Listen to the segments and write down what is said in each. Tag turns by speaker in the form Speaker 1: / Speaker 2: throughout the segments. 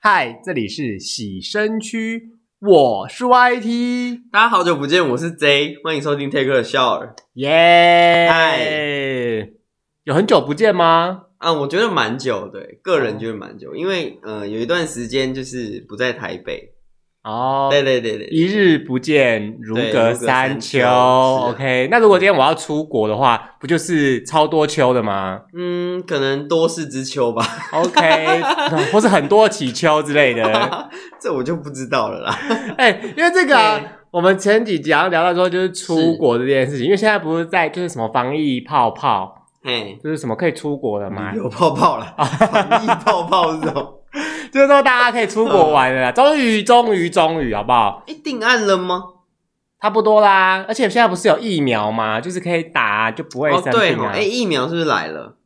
Speaker 1: 嗨，这里是洗身区，我是 YT，
Speaker 2: 大家好久不见，我是 J，欢迎收听 Take a Shower。
Speaker 1: 耶！
Speaker 2: 嗨，
Speaker 1: 有很久不见吗？
Speaker 2: 啊，我觉得蛮久的，个人觉得蛮
Speaker 1: 哦
Speaker 2: 久，因为呃有一段时间就是不在台北。
Speaker 1: 哦，
Speaker 2: 对对对对，
Speaker 1: 一日不见，如
Speaker 2: 对
Speaker 1: 隔
Speaker 2: 如隔
Speaker 1: 三
Speaker 2: 三
Speaker 1: 秋。
Speaker 2: 秋是啊
Speaker 1: OK，那如果今天我要出国的话，不就是超多秋的吗
Speaker 2: 嗯，可能多事之秋吧，
Speaker 1: ？OK，或是很多起秋之类 的。
Speaker 2: 这我就不知道了啦。
Speaker 1: 哎、因为这个、
Speaker 2: 对
Speaker 1: 啊，我们前几集好像聊到说，就是出
Speaker 2: 是
Speaker 1: 国这件事情，因为现在不是在就是什么防疫泡泡，
Speaker 2: 嘿，
Speaker 1: 就是什么可以出国的嘛，
Speaker 2: 有泡泡 啦，防疫泡泡这种，
Speaker 1: 就是说大家可以出国玩
Speaker 2: 嗯
Speaker 1: 了啦。终于，终于，终于，好不好？
Speaker 2: 哎，定案了吗？
Speaker 1: 差不多啦，而且现在不是有疫苗嘛，就是可以打，就不会
Speaker 2: 哦
Speaker 1: 生
Speaker 2: 对
Speaker 1: 病
Speaker 2: 哦，
Speaker 1: 啊，
Speaker 2: 哎，疫苗是不是来了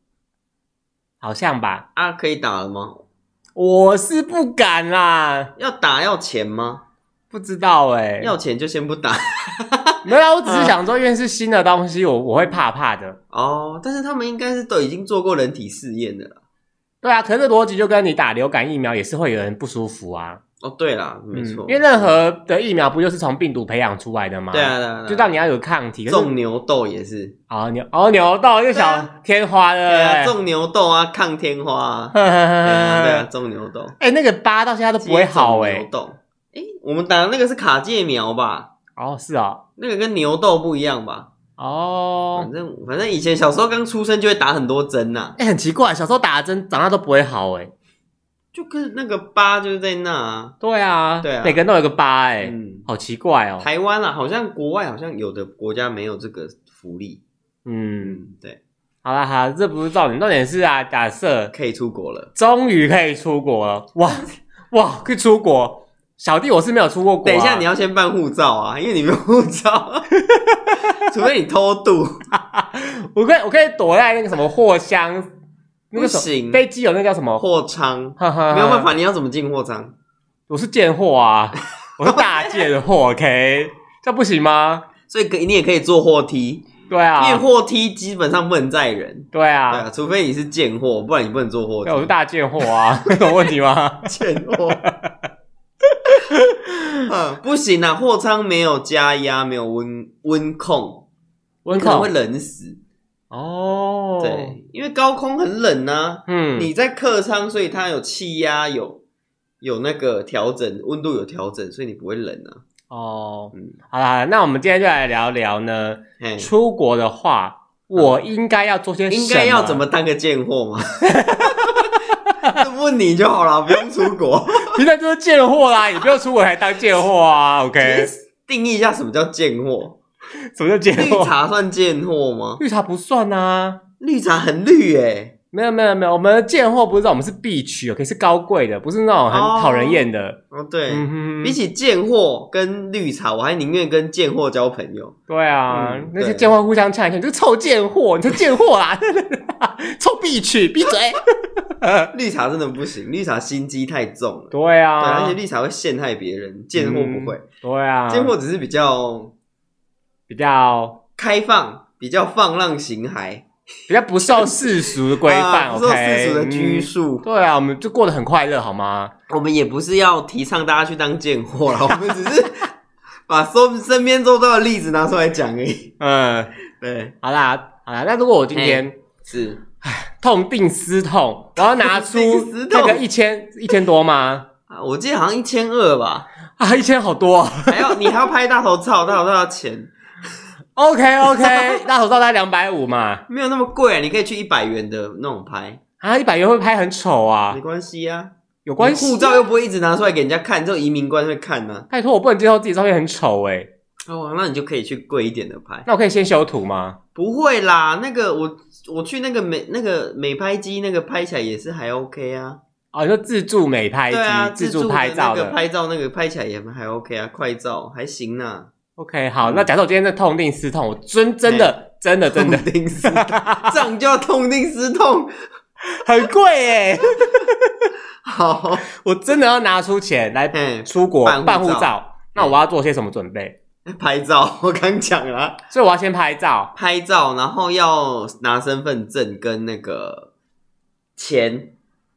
Speaker 1: 好像吧？
Speaker 2: 啊？可以打了吗？
Speaker 1: 我是不敢啦，
Speaker 2: 要打要钱吗？
Speaker 1: 不知道哎、
Speaker 2: 要钱就先不打
Speaker 1: 没有啦，我只是想说，因为是新的东西，我我会怕怕的。
Speaker 2: 哦。但是他们应该是都已经做过人体试验的啦。
Speaker 1: 对啊，可是这逻辑就跟你打流感疫苗也是会有人不舒服啊。
Speaker 2: 哦，对啦，没错、
Speaker 1: 嗯因为任何的疫苗不就是从病毒培养出来的吗？
Speaker 2: 对啊，对啊，对啊
Speaker 1: 就让你要有抗体。可是
Speaker 2: 种牛痘也是，
Speaker 1: 哦牛哦牛痘就
Speaker 2: 对
Speaker 1: 小
Speaker 2: 啊
Speaker 1: 天花
Speaker 2: 对啊，
Speaker 1: 了，
Speaker 2: 种牛痘啊，抗天花啊，
Speaker 1: 对
Speaker 2: 对啊，对啊，
Speaker 1: 哎、
Speaker 2: 种牛痘
Speaker 1: 那个疤到现在都不会好哎、
Speaker 2: 接种牛痘，哎，我们打的那个是卡介苗吧？
Speaker 1: 哦，是哦，
Speaker 2: 那个跟牛痘不一样吧？
Speaker 1: 哦
Speaker 2: 反，正反正以前小时候刚出生就会打很多针啊呐、
Speaker 1: 哎、很奇怪，小时候打的针，长大都不会好哎、
Speaker 2: 就跟那个疤就是在那啊。
Speaker 1: 对啊，
Speaker 2: 对啊
Speaker 1: 每个人都有个疤哎、
Speaker 2: 嗯，
Speaker 1: 好奇怪哦。
Speaker 2: 台湾啊，好像国外好像有的国家没有这个福利。
Speaker 1: 嗯，
Speaker 2: 嗯，对，
Speaker 1: 好啦好啦，这不是重点，重点是啊，假设
Speaker 2: 可以出国了。
Speaker 1: 终于可以出国了，哇哇，可以出国。小弟我是没有出过国、啊，
Speaker 2: 等一下，你要先办护照啊，因为你没有护照， 除非你偷渡。
Speaker 1: 我可以我可以躲在那个什么货箱，那个什
Speaker 2: 不行
Speaker 1: 飞机有那个叫什么，
Speaker 2: 货仓
Speaker 1: 哈哈，
Speaker 2: 没有办法，，你要怎么进货仓？
Speaker 1: 我是贱货啊，我是 大贱货，OK，这不行吗？
Speaker 2: 所以可以你也可以坐货梯，
Speaker 1: 对
Speaker 2: 因为
Speaker 1: 啊，
Speaker 2: 货梯基本上不能载人。
Speaker 1: 对
Speaker 2: 对
Speaker 1: 啊
Speaker 2: 啊，，除非你是贱货，不然你不能坐货
Speaker 1: 对，我是
Speaker 2: 梯。
Speaker 1: 大贱货啊， 有问题 吗？
Speaker 2: 贱 货，嗯，不行啊，货仓没有加压，没有温温控，
Speaker 1: 温
Speaker 2: 可能会
Speaker 1: 控
Speaker 2: 冷死。
Speaker 1: 哦，，
Speaker 2: 对，因为高空很冷呐、
Speaker 1: 嗯，
Speaker 2: 你在客舱，所以它有气压，有有那个调整温度有调整，所以你不会冷啊。
Speaker 1: 哦，
Speaker 2: 嗯
Speaker 1: 好啦，好啦那我们今天就来聊聊呢，
Speaker 2: 嘿，
Speaker 1: 出国的话，我应该要做些什么？
Speaker 2: 嗯 应该要 怎么？当个贱货吗？ 问你就好了，不用出国。
Speaker 1: 平常就是贱货啦，你不要出国还当贱货啊，OK？
Speaker 2: 定义一下什么叫贱 货？
Speaker 1: 什么叫贱
Speaker 2: 绿
Speaker 1: 货？
Speaker 2: 茶算贱货吗？
Speaker 1: 绿茶不算啊。
Speaker 2: 绿茶很绿诶、
Speaker 1: 没有没有没有，我们的贱货不是这种我们是必取，OK，是高贵的，不是那种很
Speaker 2: 哦
Speaker 1: 讨人厌的。
Speaker 2: 哦，对，
Speaker 1: 嗯
Speaker 2: 比
Speaker 1: 哼，
Speaker 2: 起贱货跟绿茶，我还宁愿跟贱货交朋友。
Speaker 1: 对啊，
Speaker 2: 嗯
Speaker 1: 那些
Speaker 2: 对
Speaker 1: 贱货互相呛一呛，你这个臭贱货，你这贱货 啦，臭必取，闭嘴。
Speaker 2: 绿茶真的不行，绿茶心机太重了。
Speaker 1: 对
Speaker 2: 对，而
Speaker 1: 嗯啊
Speaker 2: 且，绿茶会陷害别人，贱货不会。
Speaker 1: 对啊，
Speaker 2: 贱货只是比较
Speaker 1: 比较
Speaker 2: 开放，比较放浪形骸，
Speaker 1: 比较不受世俗的规范
Speaker 2: 啊不受世
Speaker 1: ，OK，
Speaker 2: 俗的拘
Speaker 1: 嗯
Speaker 2: 束。
Speaker 1: 对啊，我们就过得很快乐，好吗？
Speaker 2: 我们也不是要提倡大家去当贱货啦，我们只 是把身身边周遭的例子拿出来讲而已。
Speaker 1: 嗯，
Speaker 2: 对，
Speaker 1: 好啦，好啦。那如果我今天
Speaker 2: 是
Speaker 1: 痛定思痛，我要拿出
Speaker 2: 痛定思
Speaker 1: 那
Speaker 2: 痛
Speaker 1: 个一千一千多吗？
Speaker 2: 啊，我记得好像一千二吧，
Speaker 1: 啊，一千好多、啊。
Speaker 2: 还要你还要拍大头照，大头照要钱，
Speaker 1: OK OK，大头照大概两百五嘛。
Speaker 2: 没有那么贵、啊，你可以去一百元的那种拍，
Speaker 1: 啊，一百元会拍很丑啊
Speaker 2: 没，关系啊，
Speaker 1: 有关系。
Speaker 2: 你护照又不会一直拿出来给人家看，只有移民官会看呐、
Speaker 1: 拜托，我不能接受自己照片很丑哎、
Speaker 2: 哦，那你就可以去贵一点的拍，
Speaker 1: 那我可以先修图吗？
Speaker 2: 不会啦，那个我我去那个美那个美拍机那个拍起来也是还 OK 啊。
Speaker 1: 哦，你说自助美拍机、
Speaker 2: 对啊，
Speaker 1: 自
Speaker 2: 助
Speaker 1: 助
Speaker 2: 的
Speaker 1: 拍照
Speaker 2: 那
Speaker 1: 的。
Speaker 2: 个拍照那个拍起来也还 OK 啊，快照还行啊呢、
Speaker 1: OK，好，那假设我今天在痛定思痛，我真真的真的 真的
Speaker 2: 痛定思痛，这样就要痛定思痛。
Speaker 1: 很贵哎、
Speaker 2: 好，
Speaker 1: 我真的要拿出钱来
Speaker 2: 哎，
Speaker 1: 出国
Speaker 2: 办护
Speaker 1: 办护
Speaker 2: 照
Speaker 1: 照，那我要做些什么准备？
Speaker 2: 拍照我刚讲了啊，
Speaker 1: 所以我要先拍照，
Speaker 2: 拍照，然后要拿身份证跟那个钱，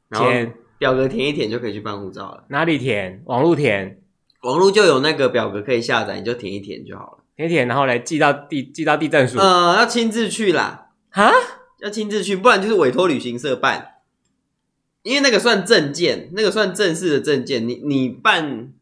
Speaker 2: 然后
Speaker 1: 钱
Speaker 2: 表格填一填就可以去办护照了。
Speaker 1: 哪里填？网路填，
Speaker 2: 网络就有那个表格可以下载，你就填一填就好了。
Speaker 1: 填一填，然后来寄到地寄到地政署啊、
Speaker 2: 呃，要亲自去啦，要亲自去，不然就是委托旅行社办，因为那个算证件，那个算正式的证件。你你办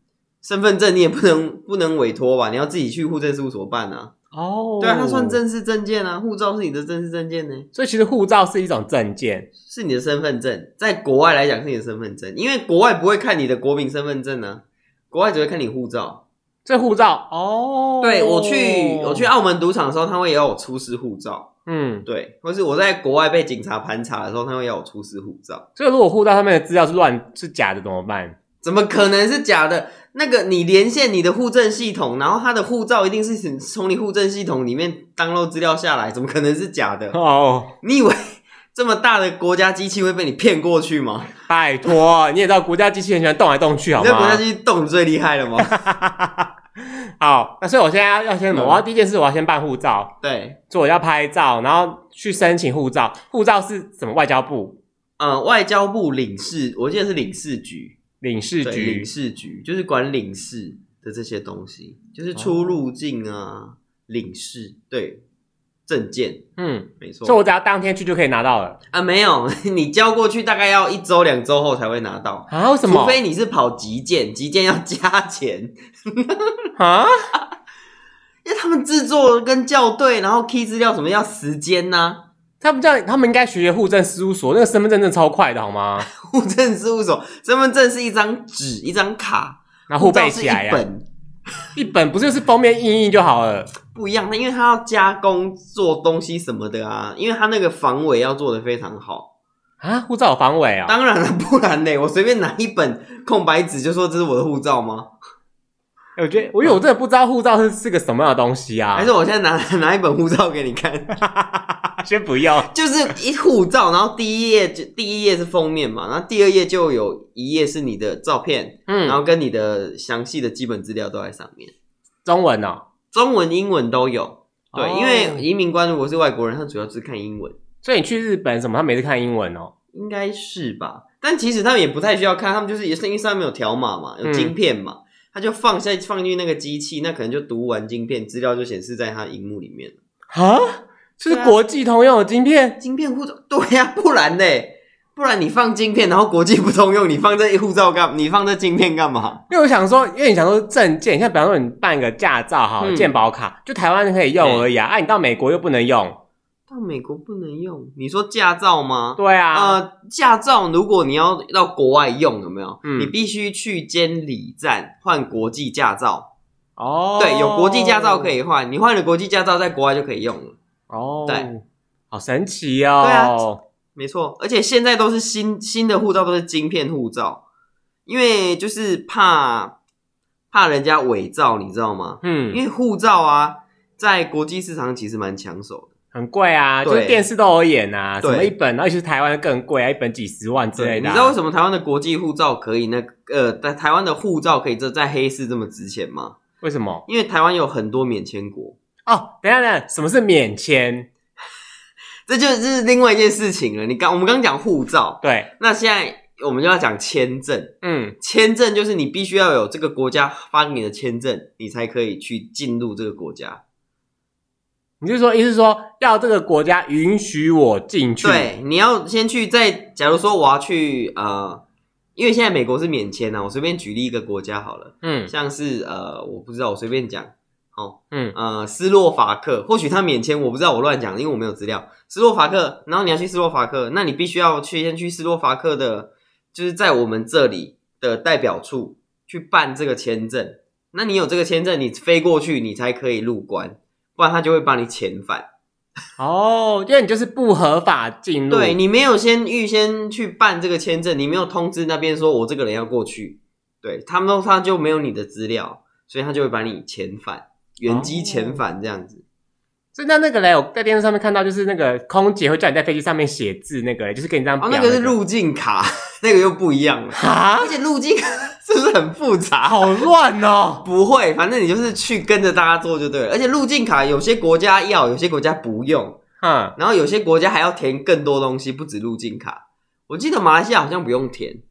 Speaker 2: 身份证，你也不能不能委托吧？你要自己去户政事务所办啊。
Speaker 1: 哦，
Speaker 2: 对啊，它算，正式证件啊，护照是你的正式证件呢。
Speaker 1: 所以其实护照是一种证件
Speaker 2: 是你的身份证，在国外来讲是你的身份证，因为国外不会看你的国民身份证呢、国外只会看你护照。
Speaker 1: 这护照哦，
Speaker 2: 对我去我去，澳门赌场的时候，他会要我出示护照，
Speaker 1: 嗯，
Speaker 2: 对，或是我在国外被警察盘查的时候，他会要我出示护照。
Speaker 1: 所以如果护照上面的资料是乱是假的怎么 办？
Speaker 2: 怎么可能是假的？那个你连线你的护证系统，然后他的护照一定是从你护证系统里面 download 资料下来，怎么可能是假 的？
Speaker 1: 哦，
Speaker 2: 你以为这么大的国家机器会被你骗过去吗？
Speaker 1: 拜托， 你也知道国家机器很喜欢动来动去，好
Speaker 2: 你在国家
Speaker 1: 吗？
Speaker 2: 机器动你最厉害 了吗？
Speaker 1: 好，那所以我现在要要先什么？
Speaker 2: 嗯
Speaker 1: 我要第一件事，我要先办护照，
Speaker 2: 对，
Speaker 1: 所以我要拍照，然后去申请护照。护照是什么？外交部
Speaker 2: 呃，外交部领事，我记得是领事局，
Speaker 1: 领事
Speaker 2: 对
Speaker 1: 局
Speaker 2: 领事局就是管领事的这些东西，就是出入境啊，领事对证件，
Speaker 1: 嗯，
Speaker 2: 没错
Speaker 1: 所以我只要当天去就可以拿到了
Speaker 2: 啊，没有， 你交过去大概要一周两周后才会拿到，
Speaker 1: 啊？为什
Speaker 2: 除
Speaker 1: 么
Speaker 2: 非你是跑急件，急件要加钱，
Speaker 1: 啊？
Speaker 2: 因为他们制作跟校对，然后 key 资料什么要时间呐、
Speaker 1: 他们这样，他们应该学学户政事务所，那个身份证真的超快的好 吗？
Speaker 2: 户政事务所身份证是一张纸一张卡，
Speaker 1: 然后啊
Speaker 2: 护
Speaker 1: 互背
Speaker 2: 照是
Speaker 1: 起
Speaker 2: 一
Speaker 1: 来呀、
Speaker 2: 本。
Speaker 1: 一本不是就是封面印印就好了？
Speaker 2: 不一样，那因为他要加工做东西什么的啊，因为他那个防伪要做的非常好。
Speaker 1: 啊，护照有防伪啊、
Speaker 2: 当然了，不然嘞， 我随便拿一本空白纸就说这是我的护照吗？
Speaker 1: 欸我觉得，我因为我真的不知道护照是是个什么样的东西啊
Speaker 2: 还。是我现在拿 拿一本护照给你看？
Speaker 1: 先不要，
Speaker 2: 就是一护照，然后第一页就第一页是封面嘛，然后第二页就有一页是你的照片，然
Speaker 1: 嗯，
Speaker 2: 后跟你的详细的基本资料都在上面，
Speaker 1: 中文哦，
Speaker 2: 中文、英文都有。对，
Speaker 1: 哦
Speaker 2: 因为移民官如果是外国人，他主要是看英文。
Speaker 1: 所以你去日本什么，他每次看英文哦。
Speaker 2: 应该是吧。但其实他们也不太需要看，他们就是也是因为上面有条码嘛，
Speaker 1: 嗯
Speaker 2: 有晶片嘛，他就放下放进那个机器，那可能就读完晶片资料就显示在他荧幕里面了。
Speaker 1: 啊，这
Speaker 2: 对
Speaker 1: 是
Speaker 2: 啊
Speaker 1: 国际通用的晶片，
Speaker 2: 晶片护照， 对呀、不然嘞，不然你放晶片，然后国际不通用，你放这护照干，你放这晶片干嘛？
Speaker 1: 因为我想说，因为你想说证件，像比方说你办个驾照哈，
Speaker 2: 嗯
Speaker 1: 健保卡，就台湾可以用而已啊，啊，你到美国又不能用。
Speaker 2: 到美国不能用，你说驾照吗？
Speaker 1: 对啊，
Speaker 2: 呃，驾照如果你要到国外用，有没有？
Speaker 1: 嗯
Speaker 2: 你必须去监理站换国际驾照。
Speaker 1: 哦，
Speaker 2: 对，有国际驾照可以换，你换了国际驾照，在国外就可以用了。
Speaker 1: 哦，
Speaker 2: 对，
Speaker 1: 好神奇哦。
Speaker 2: 对啊没错，而且现在都是新新的护照都是晶片护照，因为就是怕怕人家伪造，你知道吗？因
Speaker 1: 嗯，
Speaker 2: 为护照啊，在国际市场其实蛮抢手的，
Speaker 1: 很贵啊，
Speaker 2: 对
Speaker 1: 就是电视都有演啊，什
Speaker 2: 对
Speaker 1: 么一本，然后其实台湾更贵啊，一本几十万之类
Speaker 2: 你
Speaker 1: 的啊。
Speaker 2: 知道为什么台湾的国际护照可以那个呃，在台湾的护照可以这在黑市这么值钱吗？
Speaker 1: 为什么？
Speaker 2: 因为台湾有很多免签国，
Speaker 1: 哦，等一下，等一下，什么是免签？
Speaker 2: 这就是另外一件事情了。你刚我们刚讲护照，
Speaker 1: 对，
Speaker 2: 那现在我们就要讲签证。
Speaker 1: 嗯，
Speaker 2: 签证就是你必须要有这个国家发给你的签证，你才可以去进入这个国家。
Speaker 1: 你是说，意思是说要这个国家允许我进去？，
Speaker 2: 对，你要先去在，假如说我要去呃，因为现在美国是免签啊，我随便举例一个国家好了，
Speaker 1: 嗯
Speaker 2: 像是呃，我不知道，我随便讲。哦，
Speaker 1: 嗯
Speaker 2: 呃，斯洛伐克或许他免签，我不知道，我乱讲，因为我没有资料。斯洛伐克，然后你要去斯洛伐克，那你必须要去先去斯洛伐克的，就是在我们这里的代表处去办这个签证。那你有这个签证，你飞过去，你才可以入关，不然他就会把你遣返。
Speaker 1: 哦，因为你就是不合法进入。
Speaker 2: 对，你没有先预先去办这个签证，你没有通知那边说我这个人要过去，对他们都他就没有你的资料，所以他就会把你遣返，原机遣返这样子。
Speaker 1: 所以那那个嘞，我在电视上面看到，就是那个空姐会叫你在飞机上面写字，那个嘞就是给你这样
Speaker 2: 哦
Speaker 1: 表、，
Speaker 2: 那个是入境卡， 那个又不一样了，
Speaker 1: 啊，
Speaker 2: 而且入境卡是不是很复杂？
Speaker 1: 好乱 哦。
Speaker 2: 不会，反正你就是去跟着大家做就对了。而且入境卡有些国家要，有些国家不用，
Speaker 1: 嗯，
Speaker 2: 然后有些国家还要填更多东西，不止入境卡。我记得马来西亚好像不用填，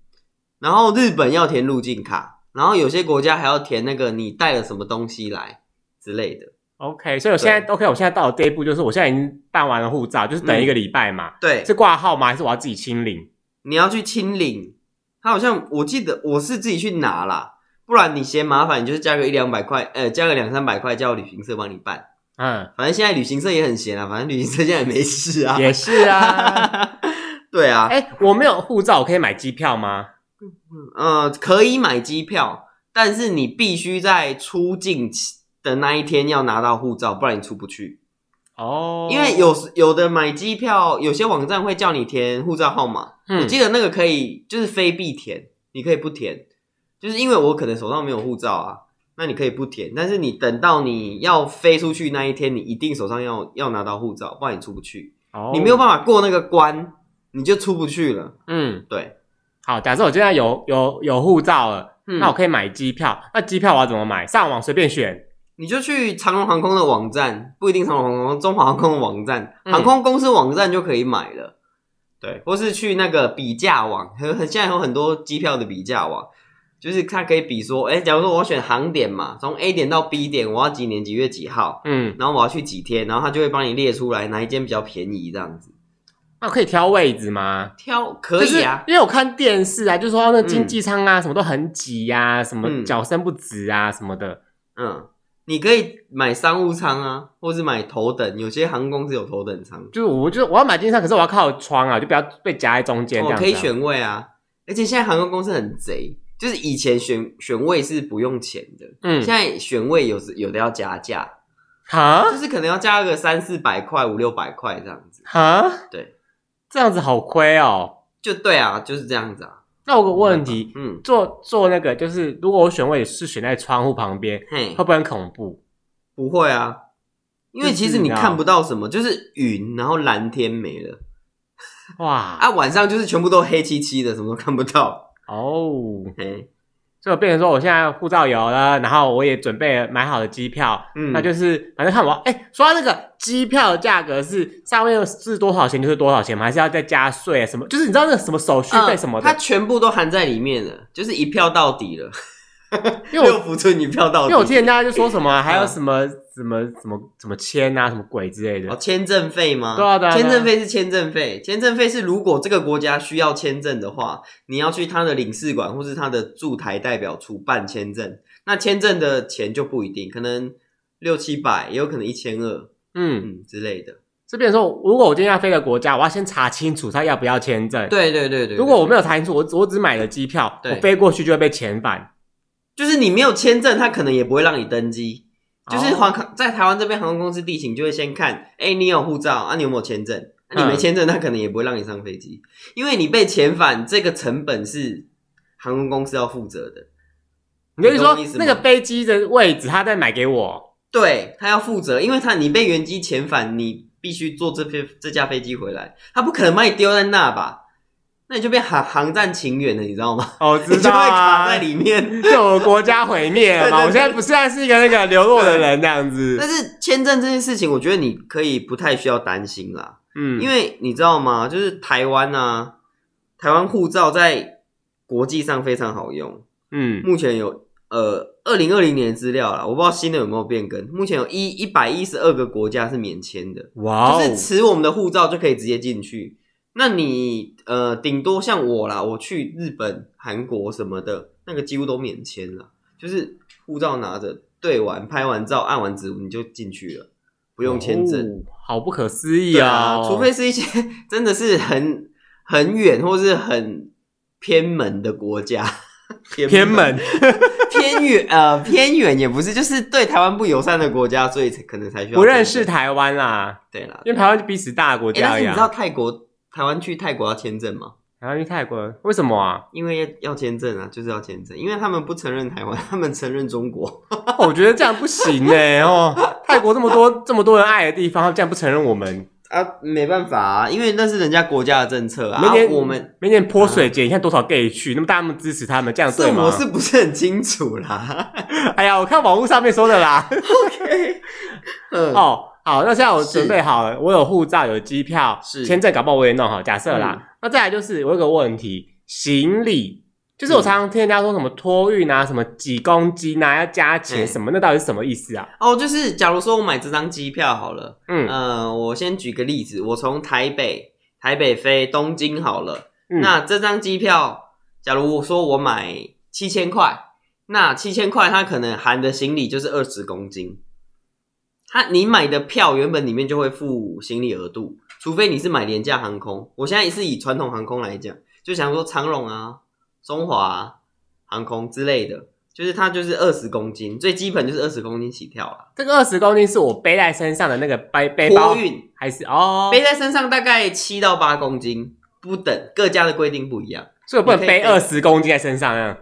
Speaker 2: 然后日本要填入境卡，然后有些国家还要填那个你带了什么东西来之类的。
Speaker 1: OK，所以我现在 OK，我现在到了这一步，就是我现在已经办完了护照，就是等一个
Speaker 2: 嗯
Speaker 1: 礼拜嘛，
Speaker 2: 对，
Speaker 1: 是挂号吗？还是我要自己清领？
Speaker 2: 你要去清领，他好像我记得我是自己去拿啦，不然你嫌麻烦，你就是加个一两百块，呃，加个两三百块叫旅行社帮你办。
Speaker 1: 嗯，
Speaker 2: 反正现在旅行社也很闲啊，反正旅行社现在也没事啊。
Speaker 1: 也是啊。
Speaker 2: 对啊，
Speaker 1: 哎、我没有护照，我可以买机票吗？
Speaker 2: 呃，可以买机票，但是你必须在出境期的那一天要拿到护照，不然你出不去。
Speaker 1: 哦，
Speaker 2: 因为有时有的买机票，有些网站会叫你填护照号码，我
Speaker 1: 嗯
Speaker 2: 记得那个可以就是非必填，你可以不填，就是因为我可能手上没有护照啊，那你可以不填，但是你等到你要飞出去那一天，你一定手上要要拿到护照，不然你出不去，
Speaker 1: 哦
Speaker 2: 你没有办法过那个关，你就出不去了。
Speaker 1: 嗯，
Speaker 2: 对，
Speaker 1: 好，假设我现在有有有护照了，
Speaker 2: 嗯
Speaker 1: 那我可以买机票，那机票我要怎么买？上网随便选。
Speaker 2: 你就去长荣航空的网站，不一定长荣航空，中华航空的网站，
Speaker 1: 嗯
Speaker 2: 航空公司网站就可以买了。对，或是去那个比价网，很很现在有很多机票的比价网，就是它可以比说，哎，假如说我要选航点嘛，从 A 点到 B 点，我要几年几月几号，
Speaker 1: 嗯，
Speaker 2: 然后我要去几天，然后它就会帮你列出来哪一间比较便宜这样子。
Speaker 1: 那我可以挑位置吗？
Speaker 2: 挑可以啊，
Speaker 1: 就是、因为我看电视啊，就说那经济舱啊，什么都很挤呀、什么
Speaker 2: 嗯
Speaker 1: 脚伸不直啊，什么的。
Speaker 2: 嗯，你可以买商务舱啊，或是买头等，有些航空公司有头等舱。
Speaker 1: 就是我就是我要买经济舱，可是我要靠窗啊，就不要被夹在中间这
Speaker 2: 哦，
Speaker 1: 样子啊、
Speaker 2: 可以选位啊，而且现在航空公司很贼，就是以前选选位是不用钱的，
Speaker 1: 嗯，
Speaker 2: 现在选位有时有的要加价，
Speaker 1: 哈
Speaker 2: 就是可能要加个三四百块、五六百块这样子。
Speaker 1: 哈，
Speaker 2: 对，
Speaker 1: 这样子好亏哦。
Speaker 2: 就对啊，就是这样子啊。
Speaker 1: 那我有个问题，
Speaker 2: 嗯，
Speaker 1: 坐坐那个就是，如果我选位是选在窗户旁边，
Speaker 2: 嘿
Speaker 1: 会，不会很恐怖？
Speaker 2: 不会啊，因为其实你
Speaker 1: 就是啊
Speaker 2: 看不到什么，就是云，然后蓝天没了
Speaker 1: 哇，
Speaker 2: 啊，晚上就是全部都黑漆漆的，什么都看不到。
Speaker 1: 哦，
Speaker 2: 嘿，
Speaker 1: 所以我变成说我现在护照有了，然后我也准备买好了机票，
Speaker 2: 嗯
Speaker 1: 那就是反正看我哎、说到那个机票的价格是上面是多少钱就是多少钱吗？还是要再加税啊什么？就是你知道那个什么手续费
Speaker 2: 嗯
Speaker 1: 什么的，
Speaker 2: 它全部都含在里面了，就是一票到底了，
Speaker 1: 因为我
Speaker 2: 六福村一票到
Speaker 1: 因
Speaker 2: 底。
Speaker 1: 为我听人家就说什
Speaker 2: 嗯
Speaker 1: 么还有什么什么什么什么签啊什么鬼之类
Speaker 2: 哦，
Speaker 1: 的，
Speaker 2: 签证费吗？
Speaker 1: 对啊对啊对啊
Speaker 2: 签证费是签证费，签证费是如果这个国家需要签证的话，你要去他的领事馆或是他的驻台代表处办签证。那签证的钱就不一定，可能六七百，也有可能一千二，
Speaker 1: 嗯，
Speaker 2: 嗯之类的。
Speaker 1: 这变成说如果我今天要飞的国家，我要先查清楚他要不要签证，
Speaker 2: 对对对对，
Speaker 1: 如果我没有查清楚，我只我只买了机票，
Speaker 2: 对
Speaker 1: 我飞过去就会被遣返。
Speaker 2: 就是你没有签证，他可能也不会让你登机。就是
Speaker 1: 哦
Speaker 2: 航空在台湾这边航空公司地勤就会先看，哎、你有护照啊，你有没有签证？啊、你没
Speaker 1: 嗯
Speaker 2: 签证，他可能也不会让你上飞机，因为你被遣返这个成本是航空公司要负责的。
Speaker 1: 你就是
Speaker 2: 你懂
Speaker 1: 说
Speaker 2: 我意思吗
Speaker 1: 那个飞机的位置，他再买给我。
Speaker 2: 对他要负责，因为他你被原机遣返，你必须坐这飞这架飞机回来，他不可能把你丢在那吧？那你就变航航站情缘了，你知道吗？
Speaker 1: 哦，
Speaker 2: 你
Speaker 1: 知
Speaker 2: 就
Speaker 1: 道
Speaker 2: 会卡
Speaker 1: 啊，
Speaker 2: 在里面。
Speaker 1: 就我国家毁灭了嘛。
Speaker 2: 对对对
Speaker 1: 我现在不现在是一个那个流落的人这样
Speaker 2: 但
Speaker 1: 子。
Speaker 2: 是签证这件事情，我觉得你可以不太需要担心啦，
Speaker 1: 嗯，
Speaker 2: 因为你知道吗？就是台湾啊，台湾护照在国际上非常好用，
Speaker 1: 嗯
Speaker 2: 目前有呃二零二零年的资料啦，我不知道新的有没有变更，目前有一一百一十二个国家是免签的。
Speaker 1: 哇哦
Speaker 2: 就是持我们的护照就可以直接进去。那你呃，顶多像我啦，我去日本、韩国什么的，那个几乎都免签了，就是护照拿着对完、拍完照、按完指纹你就进去了，不用签证。
Speaker 1: 哦好不可思议
Speaker 2: 对
Speaker 1: 啊！
Speaker 2: 啊，除非是一些 真的是很很远或是很偏门的国家，
Speaker 1: 偏门
Speaker 2: 偏远呃偏远也不是，就是对台湾不友善的国家，所以才可能才需要
Speaker 1: 不认识
Speaker 2: 签证。
Speaker 1: 台湾啦，
Speaker 2: 对啦，
Speaker 1: 因为台湾是彼此大的国
Speaker 2: 欸但
Speaker 1: 家
Speaker 2: 是你
Speaker 1: 呀
Speaker 2: 知。道泰国台湾去泰国要签证吗？
Speaker 1: 台湾去泰国为什么啊？
Speaker 2: 因为要要签证啊，就是要签证，因为他们不承认台湾， 他们承认中国。
Speaker 1: 哦我觉得这样不行呢。哦，泰国这么多这么多人爱的地方，他们竟然不承认我们。
Speaker 2: 啊，没办法啊，因为那是人家国家的政策啊。
Speaker 1: 明年
Speaker 2: 啊我们
Speaker 1: 明年泼水节，你看多少 gay 去，那么大家那么支持他们，这样
Speaker 2: 是
Speaker 1: 啊对吗？
Speaker 2: 我是不是很清楚啦？
Speaker 1: 哎呀，我看网络上面说的啦。
Speaker 2: 嗯，
Speaker 1: 哦，好，那现在我准备好了，我有护照，有机票，
Speaker 2: 是嗯
Speaker 1: 签证，搞不好我也弄好。假设啦，那再来就是我有个问题，行李就是
Speaker 2: 嗯
Speaker 1: 我常常听人家说什么托运啊，什么几公斤啊，要加钱
Speaker 2: 嗯
Speaker 1: 什么，那到底是什么意思啊？
Speaker 2: 哦，就是假如说我买这张机票好了，
Speaker 1: 嗯
Speaker 2: 呃，我先举个例子，我从台北台北飞东京好了，
Speaker 1: 嗯
Speaker 2: 那这张机票，假如我说我买七千块，那七千块它可能含的行李就是二十公斤。它你买的票原本里面就会附行李额度，除非你是买廉价航空。我现在也是以传统航空来讲，就想说长荣啊、中华啊、航空之类的，就是它就是二十公斤，最基本就是二十公斤起跳了。
Speaker 1: 这个二十公斤是我背在身上的那个背背包
Speaker 2: 托，运
Speaker 1: 还是哦？
Speaker 2: 背在身上大概七到八公斤不等，各家的规定不一样，
Speaker 1: 所以我不能
Speaker 2: 你可以
Speaker 1: 背
Speaker 2: 背
Speaker 1: 二十公斤在身上，那样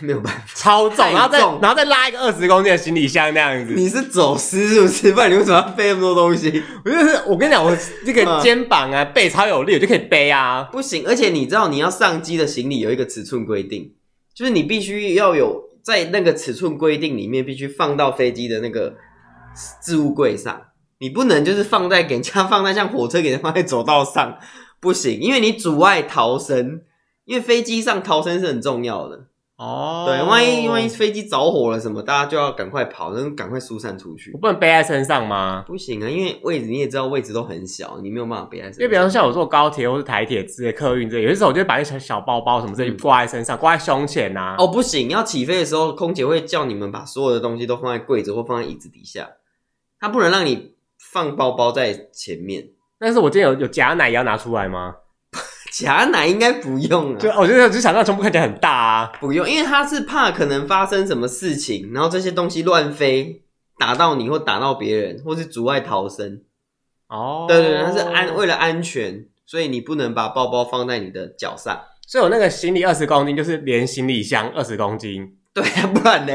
Speaker 2: 没有办法。
Speaker 1: 超重，
Speaker 2: 太
Speaker 1: 然后再
Speaker 2: 重
Speaker 1: 然后再拉一个二十公斤的行李箱那样子。
Speaker 2: 你是走私是不是？不然你为什么要背那么多东西？
Speaker 1: 我就是我跟你讲，我这个
Speaker 2: 嗯
Speaker 1: 肩膀啊背超有力，我就可以背啊。
Speaker 2: 不行，而且你知道你要上机的行李有一个尺寸规定，就是你必须要有在那个尺寸规定里面必须放到飞机的那个置物柜上，你不能就是放在给人家放在像火车给人家放在走道上，不行，因为你阻碍逃生，因为飞机上逃生是很重要的。
Speaker 1: 哦
Speaker 2: 对，万一万一飞机着火了什么，大家就要赶快跑，能赶快疏散出去
Speaker 1: 我。不能背在身上吗？
Speaker 2: 不行啊，因为位置你也知道，位置都很小，你没有办法背在身
Speaker 1: 因为
Speaker 2: 上。
Speaker 1: 比方说像我坐高铁或是台铁之类客运之类，有些时候我就会把一些小包包什么之类挂在身上，挂在胸前呐、啊。
Speaker 2: 嗯哦，不行，要起飞的时候，空姐会叫你们把所有的东西都放在柜子或放在椅子底下，她不能让你放包包在前面。
Speaker 1: 但是我今天有有夹奶也要拿出来吗？
Speaker 2: 嗯夹奶应该不用
Speaker 1: 就哦
Speaker 2: 啊，
Speaker 1: 我觉得就想让胸部看起来很大啊。
Speaker 2: 不用，因为她是怕可能发生什么事情，然后这些东西乱飞，打到你或打到别人，或是阻碍逃生。
Speaker 1: 哦，
Speaker 2: 对对，对它是安为了安全，所以你不能把包包放在你的脚上。
Speaker 1: 所以我那个行李二十公斤就是连行李箱二十公斤。
Speaker 2: 对啊，不然呢？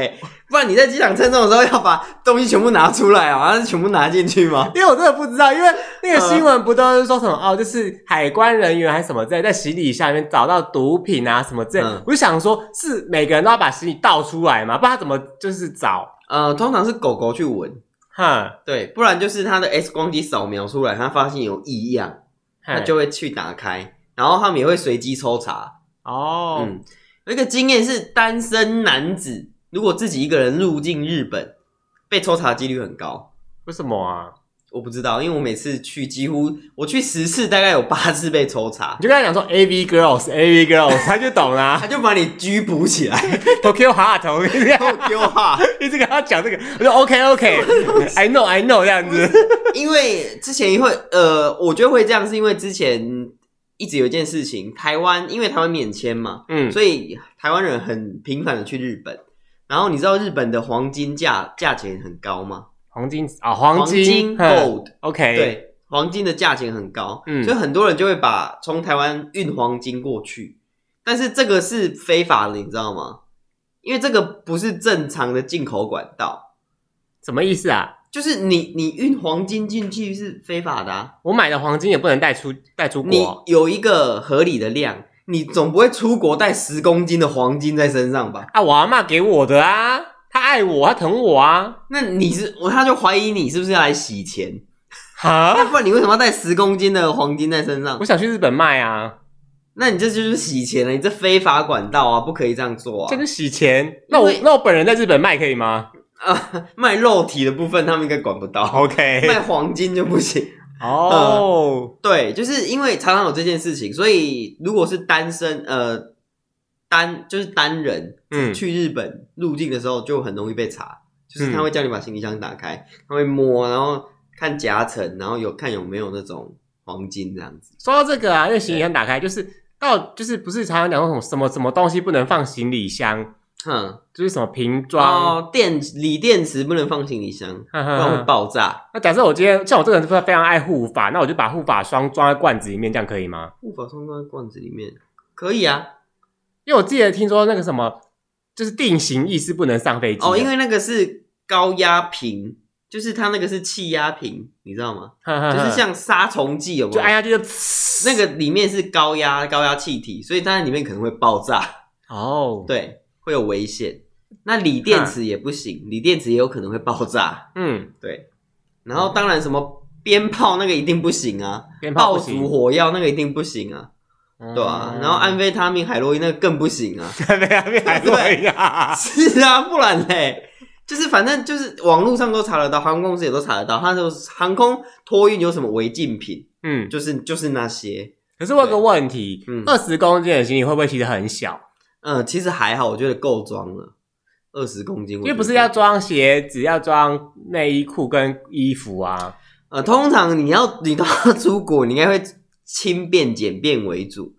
Speaker 2: 不然你在机场称重的时候要把东西全部拿出来啊，然后全部拿进去吗？
Speaker 1: 因为我真的不知道，因为那
Speaker 2: 嗯
Speaker 1: 个新闻不都是说什么、哦，就是海关人员还是什么之类，在行李箱里面找到毒品啊什么之类，
Speaker 2: 嗯
Speaker 1: 我就想说，是每个人都要把行李倒出来嘛，不然他怎么就是找？
Speaker 2: 呃，通常是狗狗去闻，
Speaker 1: 哼，
Speaker 2: 对，不然就是它的 X 光机扫描出来，它发现有异样，它
Speaker 1: 哼
Speaker 2: 就会去打开，然后他们也会随机抽查。
Speaker 1: 哦，
Speaker 2: 嗯，有一个经验是单身男子如果自己一个人入境日本，被抽查几率很高。
Speaker 1: 为什么啊？
Speaker 2: 我不知道，因为我每次去几乎我去十次，大概有八次被抽查
Speaker 1: 你，就跟他讲说 A V girls A V girls，他 就懂啦、
Speaker 2: 他就把你拘捕起来，
Speaker 1: Tokyo Heart，我跟你讲，
Speaker 2: 丢哈。
Speaker 1: 一直跟他讲这个，我说 OK OK，I know I know 这样子，
Speaker 2: 因为之前会呃，我觉得会这样，是因为之前一直有一件事情，台湾因为台湾免签嘛，
Speaker 1: 嗯，
Speaker 2: 所以台湾人很频繁的去日本。然后你知道日本的黄金价价钱很高吗？
Speaker 1: 黄金啊、黄金
Speaker 2: 黄金
Speaker 1: 哼
Speaker 2: gold
Speaker 1: OK，
Speaker 2: 对，黄金的价钱很高，
Speaker 1: 嗯
Speaker 2: 所以很多人就会把从台湾运黄金过去，但是这个是非法的，你知道吗？因为这个不是正常的进口管道，
Speaker 1: 什么意思啊？
Speaker 2: 就是你你运黄金进去是非法的、啊，
Speaker 1: 我买的黄金也不能啊带出带出
Speaker 2: 你
Speaker 1: 国
Speaker 2: 有一个合理的量，你总不会出国带十公斤的黄金在身上吧？
Speaker 1: 啊！我阿妈给我的啊，她爱我，她疼我啊。
Speaker 2: 那你是我他就怀疑你是不是要来洗钱，那
Speaker 1: 哈，
Speaker 2: 不然你为什么要带十公斤的黄金在身上
Speaker 1: 我？想去日本卖啊，
Speaker 2: 那你这就是洗钱了，你这非法管道啊，不可以这样做啊！
Speaker 1: 这个洗钱。那我
Speaker 2: 因为
Speaker 1: 那我本人在日本卖可以吗
Speaker 2: 啊，卖肉体的部分他们应该管不到，
Speaker 1: ？OK，
Speaker 2: 卖黄金就不行。
Speaker 1: 呃哦，
Speaker 2: 对，就是因为常常有这件事情，所以如果是单身，呃，单就是单人
Speaker 1: 嗯，
Speaker 2: 去日本入境的时候，就很容易被查，就是他
Speaker 1: 嗯
Speaker 2: 会叫你把行李箱打开，他会摸，然后看夹层，然后有看有没有那种黄金这样子。
Speaker 1: 说到这个啊，那个行李箱打开就是到就是不是常常讲说什么什么什么东西不能放行李箱，
Speaker 2: 哼，
Speaker 1: 就是什么瓶装。
Speaker 2: 哦，电锂电池不能放行李箱，
Speaker 1: 哈
Speaker 2: 不
Speaker 1: 哈
Speaker 2: 然会
Speaker 1: 哈
Speaker 2: 爆炸。
Speaker 1: 那假设我今天像我这个人非常爱护发，那我就把护发霜装在罐子里面，这样可以吗？
Speaker 2: 护法装在罐子里面，可以啊。
Speaker 1: 因为我记得听说那个什么，就是定型意是不能上飞机啊的
Speaker 2: 哦，因为那个是高压瓶，就是它那个是气压瓶，你知道吗？
Speaker 1: 就
Speaker 2: 就是像杀虫剂有
Speaker 1: 嗯
Speaker 2: 没
Speaker 1: 就哎按
Speaker 2: 有？
Speaker 1: 下去就
Speaker 2: 那个里面是高压高压气体，所以它在里面可能会爆炸，
Speaker 1: 哦，，
Speaker 2: 对，会有危险。那锂电池也不行，锂电池也有可能会爆炸，
Speaker 1: 嗯，
Speaker 2: 对。然后当然什么鞭炮那个一定不行啊，
Speaker 1: 鞭炮
Speaker 2: 爆
Speaker 1: 不行哦嗯
Speaker 2: 竹火药那个一定不行啊。对吧、然后 安非他命、海洛因那个更不行啊。
Speaker 1: 安非他命还是一样，
Speaker 2: 是啊，不然嘞，就是反正就是网络上都查得到，航空公司也都查得到，它都航空托运有什么违禁品，
Speaker 1: 嗯。
Speaker 2: 就是就是那些。
Speaker 1: 可是我有个问题
Speaker 2: 对嗯，
Speaker 1: 二十公斤的行李会不会其实很小？
Speaker 2: 嗯，其实还好，我觉得够装了，二十公斤我
Speaker 1: 因
Speaker 2: 觉得
Speaker 1: 为不
Speaker 2: 够，
Speaker 1: 是要装鞋子，要装内衣裤跟衣服啊。
Speaker 2: 呃，通常你要你都要出国，你应该会轻便简便为主。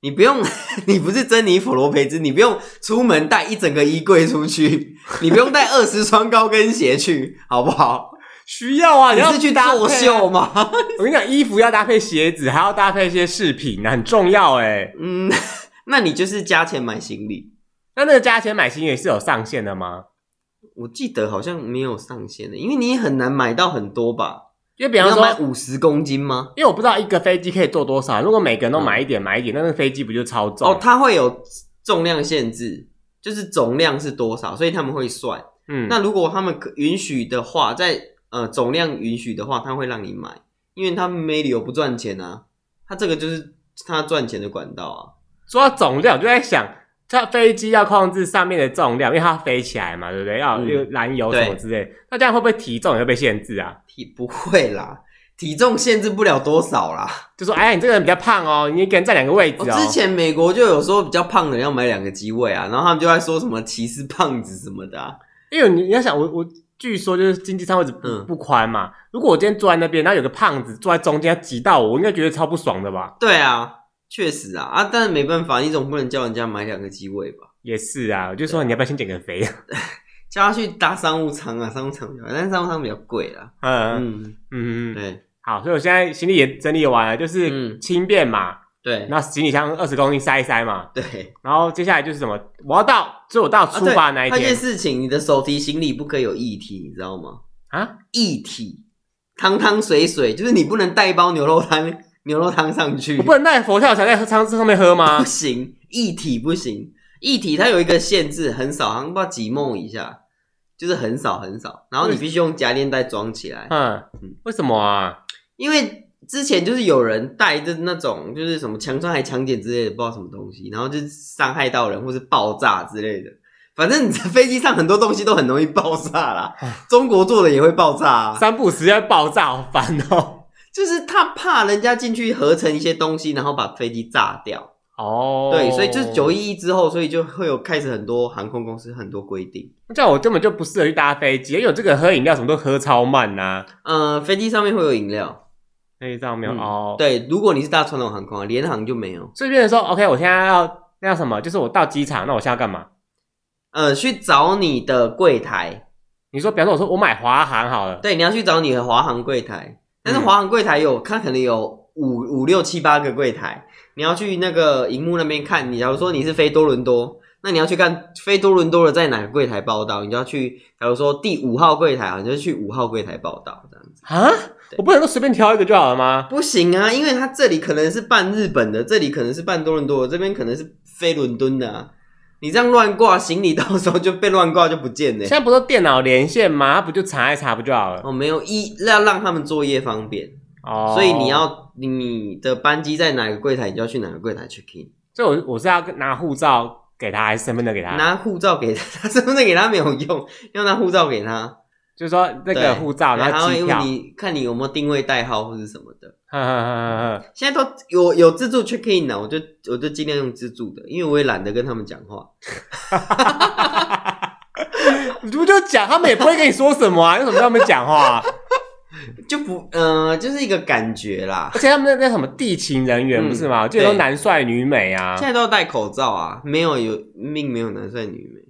Speaker 2: 你不用， 你不是珍妮佛罗培兹，你不用出门带一整个衣柜出 去，你不用带二十双高跟鞋去，好不好？
Speaker 1: 需要啊，
Speaker 2: 你
Speaker 1: 要
Speaker 2: 是去
Speaker 1: 搭
Speaker 2: 作
Speaker 1: 配啊
Speaker 2: 秀吗？
Speaker 1: 我跟你讲，衣服要搭配鞋子，还要搭配一些饰品，很重要哎。
Speaker 2: 嗯，那你就是加钱买行李。
Speaker 1: 那那个加钱买行李是有上限的吗？
Speaker 2: 我记得好像没有上限的，因为你也很难买到很多吧？
Speaker 1: 因为比
Speaker 2: 你
Speaker 1: 方
Speaker 2: 要
Speaker 1: 说，
Speaker 2: 买五十公斤吗？
Speaker 1: 因为我不知道一个飞机可以坐多少，如果每个人都买一点、买一点，那那飞机不就超重？
Speaker 2: 嗯哦，它会有重量限制，就是总量是多少，所以他们会算。
Speaker 1: 嗯，
Speaker 2: 那如果他们可允许的话，在呃总量允许的话，他会让你买，因为他们没理由不赚钱啊。他这个就是他赚钱的管道啊。
Speaker 1: 说到总量，我就在想，它飞机要控制上面的重量，因为它要飞起来嘛，对不对？要
Speaker 2: 嗯
Speaker 1: 有燃油什么
Speaker 2: 对
Speaker 1: 之类，那这样会不会体重也会被限制啊？
Speaker 2: 体不会啦，体重限制不了多少啦。
Speaker 1: 就说，哎，你这个人比较胖哦，你一个人占两个位置
Speaker 2: 我
Speaker 1: 哦。
Speaker 2: 之前美国就有说比较胖的人要买两个机位啊，然后他们就在说什么歧视胖子什么的、啊。
Speaker 1: 因为你你要想，我我据说就是经济舱位置不、
Speaker 2: 嗯
Speaker 1: 不宽嘛，如果我今天坐在那边，然后有个胖子坐在中间要挤到我，我应该觉得超不爽的吧？
Speaker 2: 对啊，确实啊啊，但是没办法，你总不能叫人家买两个机位吧？
Speaker 1: 也是啊，我就说你要不要先减个肥？
Speaker 2: 叫他去搭商务舱啊，商务舱比较，但是商务舱比较贵啦。
Speaker 1: 嗯
Speaker 2: 嗯，
Speaker 1: 嗯嗯，
Speaker 2: 对
Speaker 1: 好，所以我现在行李也整理完了，就是
Speaker 2: 嗯
Speaker 1: 轻便嘛，
Speaker 2: 对
Speaker 1: 然后行李箱二十公斤塞一塞嘛，
Speaker 2: 对
Speaker 1: 然后接下来就是什么，我要到，所以我到
Speaker 2: 啊，
Speaker 1: 出
Speaker 2: 对
Speaker 1: 发那一
Speaker 2: 还有一
Speaker 1: 天
Speaker 2: 件事情，你的手提行李不可以有液体，你知道吗？
Speaker 1: 啊，
Speaker 2: 液体，汤汤水水，就是你不能带一包牛肉汤牛肉汤上去。
Speaker 1: 我不能带佛跳墙在餐桌上面喝吗
Speaker 2: 不？行，一体不行，一体它有一个限制，很少，好像不知道几梦以下，就是很少很少。然后你必须用夹链袋装起来，
Speaker 1: 嗯
Speaker 2: 嗯，
Speaker 1: 为什么啊？
Speaker 2: 因为之前就是有人带着那种就是什么强酸还强碱之类的，不知道什么东西，然后就是伤害到人或是爆炸之类的。反正你在飞机上很多东西都很容易爆炸啦，中国做的也会爆炸啊。
Speaker 1: 三不五时要爆炸，好烦哦。
Speaker 2: 就是他怕人家进去合成一些东西，然后把飞机炸掉。
Speaker 1: 哦，
Speaker 2: 对，所以就是九一一之后，所以就会有开始很多航空公司很多规定。
Speaker 1: 这样我根本就不适合去搭飞机，因为我这个喝饮料什么都喝超慢啊呐、
Speaker 2: 呃，飞机上面会有饮料，
Speaker 1: 那一张没有、
Speaker 2: 嗯
Speaker 1: 哦。，
Speaker 2: 对，如果你是搭传统航空啊，联航就没有。
Speaker 1: 所以变成说，OK，我现在要那叫什么？就是我到机场，那我现在要干嘛？
Speaker 2: 呃，去找你的柜台，
Speaker 1: 你说，比方说，我说我买华航好了，
Speaker 2: 对，你要去找你的华航柜台，但是
Speaker 1: 嗯
Speaker 2: 华航柜台有，它可能有五五六七八个柜台，你要去那个荧幕那边看。你假如说你是飞多伦多，那你要去看飞多伦多的在哪个柜台报道，你就要去，假如说第五号柜台啊，你就去五号柜台报道这样子。
Speaker 1: 啊，
Speaker 2: 对
Speaker 1: 我不能够随便挑一个就好了吗？
Speaker 2: 不行啊，因为他这里可能是办日本的，这里可能是办多伦多的，这边可能是飞伦敦的、啊。你这样乱挂行李，到时候就被乱挂就不见了、欸
Speaker 1: 现在不是都电脑连线吗？它不就查一查不就好了？
Speaker 2: 哦，没有一要让他们作业方便，
Speaker 1: 哦，
Speaker 2: 所以你，要你的班机在哪个柜台，你就要去哪个柜台 check in。
Speaker 1: 所以我我是要拿护照给他，还是身份证给他？
Speaker 2: 拿护照给他，身份证给他没有用，要拿护照给他。
Speaker 1: 就是说那
Speaker 2: 对
Speaker 1: 个护照，然
Speaker 2: 然后
Speaker 1: 后啊
Speaker 2: 他
Speaker 1: 机
Speaker 2: 会
Speaker 1: 票，
Speaker 2: 问
Speaker 1: 呵
Speaker 2: 你看你有没有定位代号或是什么的。
Speaker 1: 呵呵呵呵，
Speaker 2: 现在都有有自助 check in 了，我就我就尽量用自助的，因为我也懒得跟他们讲话。
Speaker 1: 你不就讲，他们也不会跟你说什么啊，为什么跟他们讲话、啊？
Speaker 2: 就不，呃，就是一个感觉啦。
Speaker 1: 而且他们那那什么地勤人员
Speaker 2: 嗯
Speaker 1: 不是吗？我记得都
Speaker 2: 对
Speaker 1: 男帅女美啊
Speaker 2: 现，在都要戴口罩啊，没有有命没有男帅女美。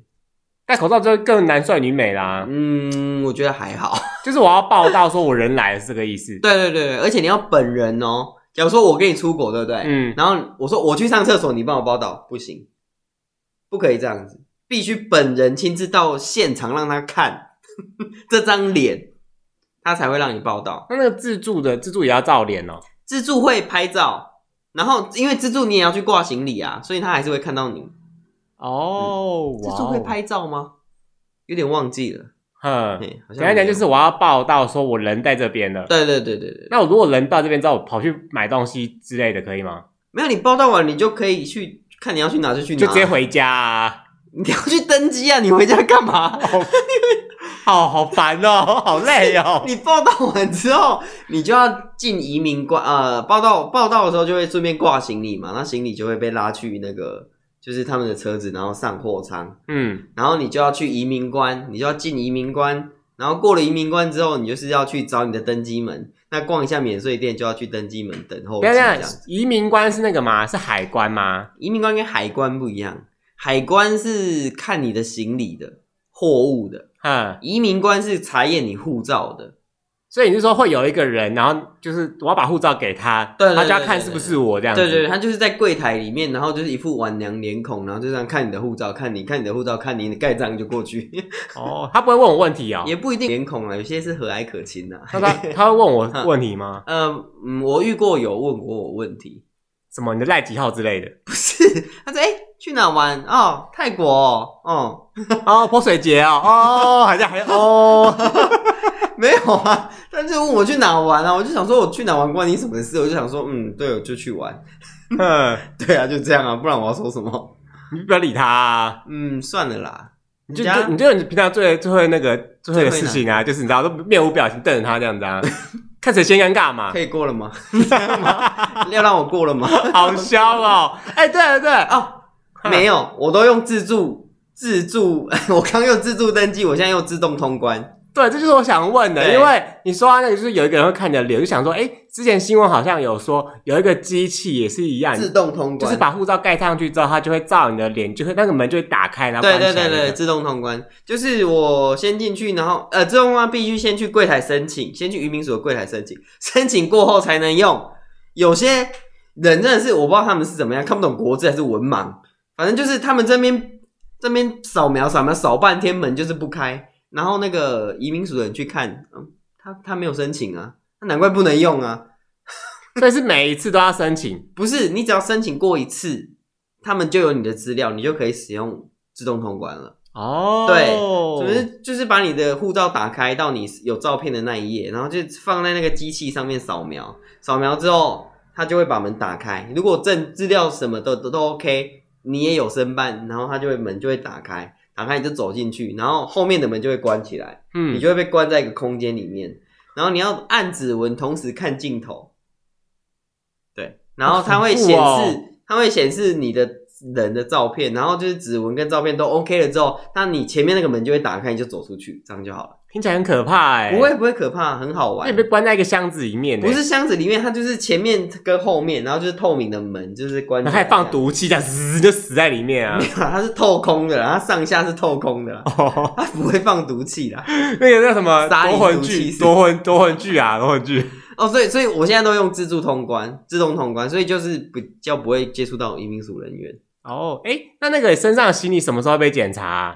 Speaker 1: 戴口罩就更男帅女美啦。
Speaker 2: 嗯，我觉得还好。
Speaker 1: 就是我要报道说我人来了是这个意思。
Speaker 2: 对对对对，而且你要本人哦。假如说我跟你出国，对不对？
Speaker 1: 嗯，
Speaker 2: 然后我说我去上厕所，你帮我报道，不行，不可以这样子，必须本人亲自到现场让他看 这张脸，他才会让你报道。
Speaker 1: 那那个自助的自助也要照脸哦。
Speaker 2: 自助会拍照，然后因为自助你也要去挂行李啊，所以他还是会看到你。
Speaker 1: 哦，
Speaker 2: 嗯自助会，拍照吗？有点忘记了。
Speaker 1: 哼，
Speaker 2: 对，好像
Speaker 1: 嗯简单讲就是
Speaker 2: 没有
Speaker 1: 我要报道说我人在这边了。
Speaker 2: 对对对对对，
Speaker 1: 那我如果人到这边之后，我跑去买东西之类的，可以吗？
Speaker 2: 没有，你报到完你就可以去看你要去哪就去哪，
Speaker 1: 就直接，回家啊。
Speaker 2: 你要去登机啊，你回家干 嘛？
Speaker 1: 好好烦哦，好累哦。
Speaker 2: 你报到完之后，你就要进移民挂呃报到报到的时候就会顺便挂行李嘛，那行李就会被拉去那个就是他们的车子，然后上货仓，
Speaker 1: 嗯，
Speaker 2: 然后你就要去移民关，你就要进移民关，然后过了移民关之后，你就是要去找你的登机门，那逛一下免税店就要去登机门等候机
Speaker 1: 等
Speaker 2: 这
Speaker 1: 一下
Speaker 2: 样
Speaker 1: 等一下，移民关是那个吗？是海关吗？
Speaker 2: 移民关跟海关不一样，海关是看你的行李的货物的，
Speaker 1: 嗯，
Speaker 2: 移民关是查验你护照的。
Speaker 1: 所以你是说会有一个人，然后就是我要把护照给他，
Speaker 2: 对对对
Speaker 1: 他就要看是不是我这样子。
Speaker 2: 对对，对，他就是在柜台里面，然后就是一副晚娘脸孔，然后就这样看你的护照，看你看你的护照，看你的盖章就过去，
Speaker 1: 哦，他不会问我问题哦。
Speaker 2: 也不一定脸孔啊，有些是和蔼可亲呐、
Speaker 1: 他他他会问我问题吗？
Speaker 2: 呃嗯，我遇过有问过我问题，
Speaker 1: 什么你的赖几号之类的？
Speaker 2: 不是，他说哎、去哪玩哦，泰国哦，哦
Speaker 1: 哦，泼水节哦，哦，还在还在哦，
Speaker 2: 没有啊，他就问我去哪玩啊，我就想说我去哪玩关你什么事，我就想说嗯对，我就去玩，
Speaker 1: 嗯，
Speaker 2: 对啊就这样啊，不然我要说什么？
Speaker 1: 你不要理他、啊。
Speaker 2: 嗯，算了啦，
Speaker 1: 你就
Speaker 2: 人家
Speaker 1: 就你就你平常最最会那个最会的事情啊，就是你知道都面无表情瞪着他这样子啊， 看谁先尴尬嘛
Speaker 2: 可，以过了 吗？这样吗要让我过 了吗？
Speaker 1: 好笑哦！哎、对对对，
Speaker 2: 哦，没有，我都用自助自助， 我刚用自助登记，我现在用自动通关。
Speaker 1: 对，这就是我想问的，
Speaker 2: 对
Speaker 1: 因为你说到那个，就是有一个人会看你的脸，就想说，哎，之前新闻好像有说有一个机器也是一样，
Speaker 2: 自动通关，
Speaker 1: 就是把护照盖上去之后，它就会照你的脸，就会那个门就会打开，然后
Speaker 2: 对
Speaker 1: 关起
Speaker 2: 对
Speaker 1: 来
Speaker 2: 对
Speaker 1: 那
Speaker 2: 对，
Speaker 1: 个
Speaker 2: 自动通关就是我先进去，然后呃，自动通关必须先去柜台申请，先去渔民署的柜台申请，申请过后才能用。有些人真的是我不知道他们是怎么样，看不懂国字还是文盲，反正就是他们这边这边扫描扫描扫半天门就是不开，然后那个移民署的人去看，嗯，他他没有申请啊，那难怪不能用啊。
Speaker 1: 所以是每一次都要申请。
Speaker 2: 不是，你只要申请过一次，他们就有你的资料，你就可以使用自动通关了。
Speaker 1: 哦，
Speaker 2: 总之就是把你的护照打开到你有照片的那一页，然后就放在那个机器上面扫描，扫描之后它就会把门打开。如果证资料什么的都都 OK，你也有申办，然后它就会门就会打开，打开你就走进去，然后后面的门就会关起来，你
Speaker 1: 嗯，
Speaker 2: 就会被关在一个空间里面，然后你要按指纹同时看镜头，对，然后它会显示、
Speaker 1: 好恐怖哦
Speaker 2: 它会显示你的人的照片，然后就是指纹跟照片都 OK 了之后，那你前面那个门就会打开，你就走出去，这样就好了，
Speaker 1: 听起来很可怕哎、
Speaker 2: 不会，不会可怕，很好
Speaker 1: 那你
Speaker 2: 玩
Speaker 1: 被。关在一个箱子里面、欸，
Speaker 2: 不是箱子里面，它就是前面跟后面，然后就是透明的门，就是关
Speaker 1: 然
Speaker 2: 起来
Speaker 1: 后
Speaker 2: 这
Speaker 1: 还
Speaker 2: 样。
Speaker 1: 放毒气，这样滋就死在里 面啊
Speaker 2: 没！有啦，它是透空的啦，它上下是透空的啦，
Speaker 1: 哦，
Speaker 2: 它不会放毒气啦。
Speaker 1: 那个叫什么
Speaker 2: 杀
Speaker 1: 夺
Speaker 2: 你
Speaker 1: 魂
Speaker 2: 毒
Speaker 1: 剧
Speaker 2: 气，是
Speaker 1: 夺魂夺魂剧啊，夺魂剧。
Speaker 2: 哦，所以所以我现在都用自助通关、自动通关，所以就是比较不会接触到移民署人员。
Speaker 1: 哦，哎，那那个身上的行李什么时候被检查啊、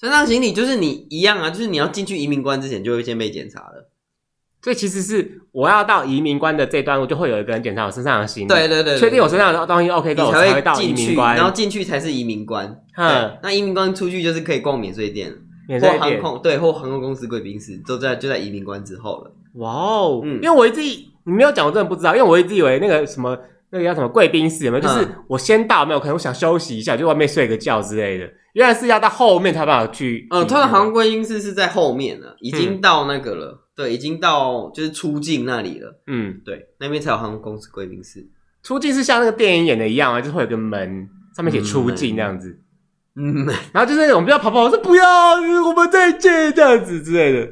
Speaker 2: 身上行李就是你一样啊，就是你要进去移民关之前就会先被检查了。
Speaker 1: 所以其实是我要到移民关的这段路，就会有一个人检查我身上的行李，
Speaker 2: 对对对，对
Speaker 1: 确定我身上的东西 OK 之后，
Speaker 2: 你
Speaker 1: 我才
Speaker 2: 才
Speaker 1: 会
Speaker 2: 会
Speaker 1: 到移
Speaker 2: 进
Speaker 1: 民
Speaker 2: 去，
Speaker 1: 关，
Speaker 2: 然后进去才是移民关。
Speaker 1: 嗯
Speaker 2: 对，，那移民关出去就是可以逛免税店了
Speaker 1: 免税
Speaker 2: 或航
Speaker 1: 店。
Speaker 2: 空对或航空公司贵宾室，都在就在移民关之后了。
Speaker 1: 哇哦，
Speaker 2: 嗯
Speaker 1: 因为我一直以你没有讲，我真的不知道，因为我一直以为那个什么那个叫什么贵宾室有没有，就是
Speaker 2: 嗯
Speaker 1: 我先到有没有，可能我想休息一下，就外面睡个觉之类的，原来是要到后面才有办法去。
Speaker 2: 嗯，通常航空贵宾室是在后面了，已
Speaker 1: 嗯
Speaker 2: 经到那个了，对，已经到就是出境那里了，
Speaker 1: 嗯。
Speaker 2: 对，那边才有航空公司贵宾室。
Speaker 1: 出境是像那个电影演的一样啊，就是会有个门，上面写出境
Speaker 2: 嗯
Speaker 1: 这样子，
Speaker 2: 嗯，
Speaker 1: 然后就是那种不要跑跑，我说不要，我们再见这样子之类的。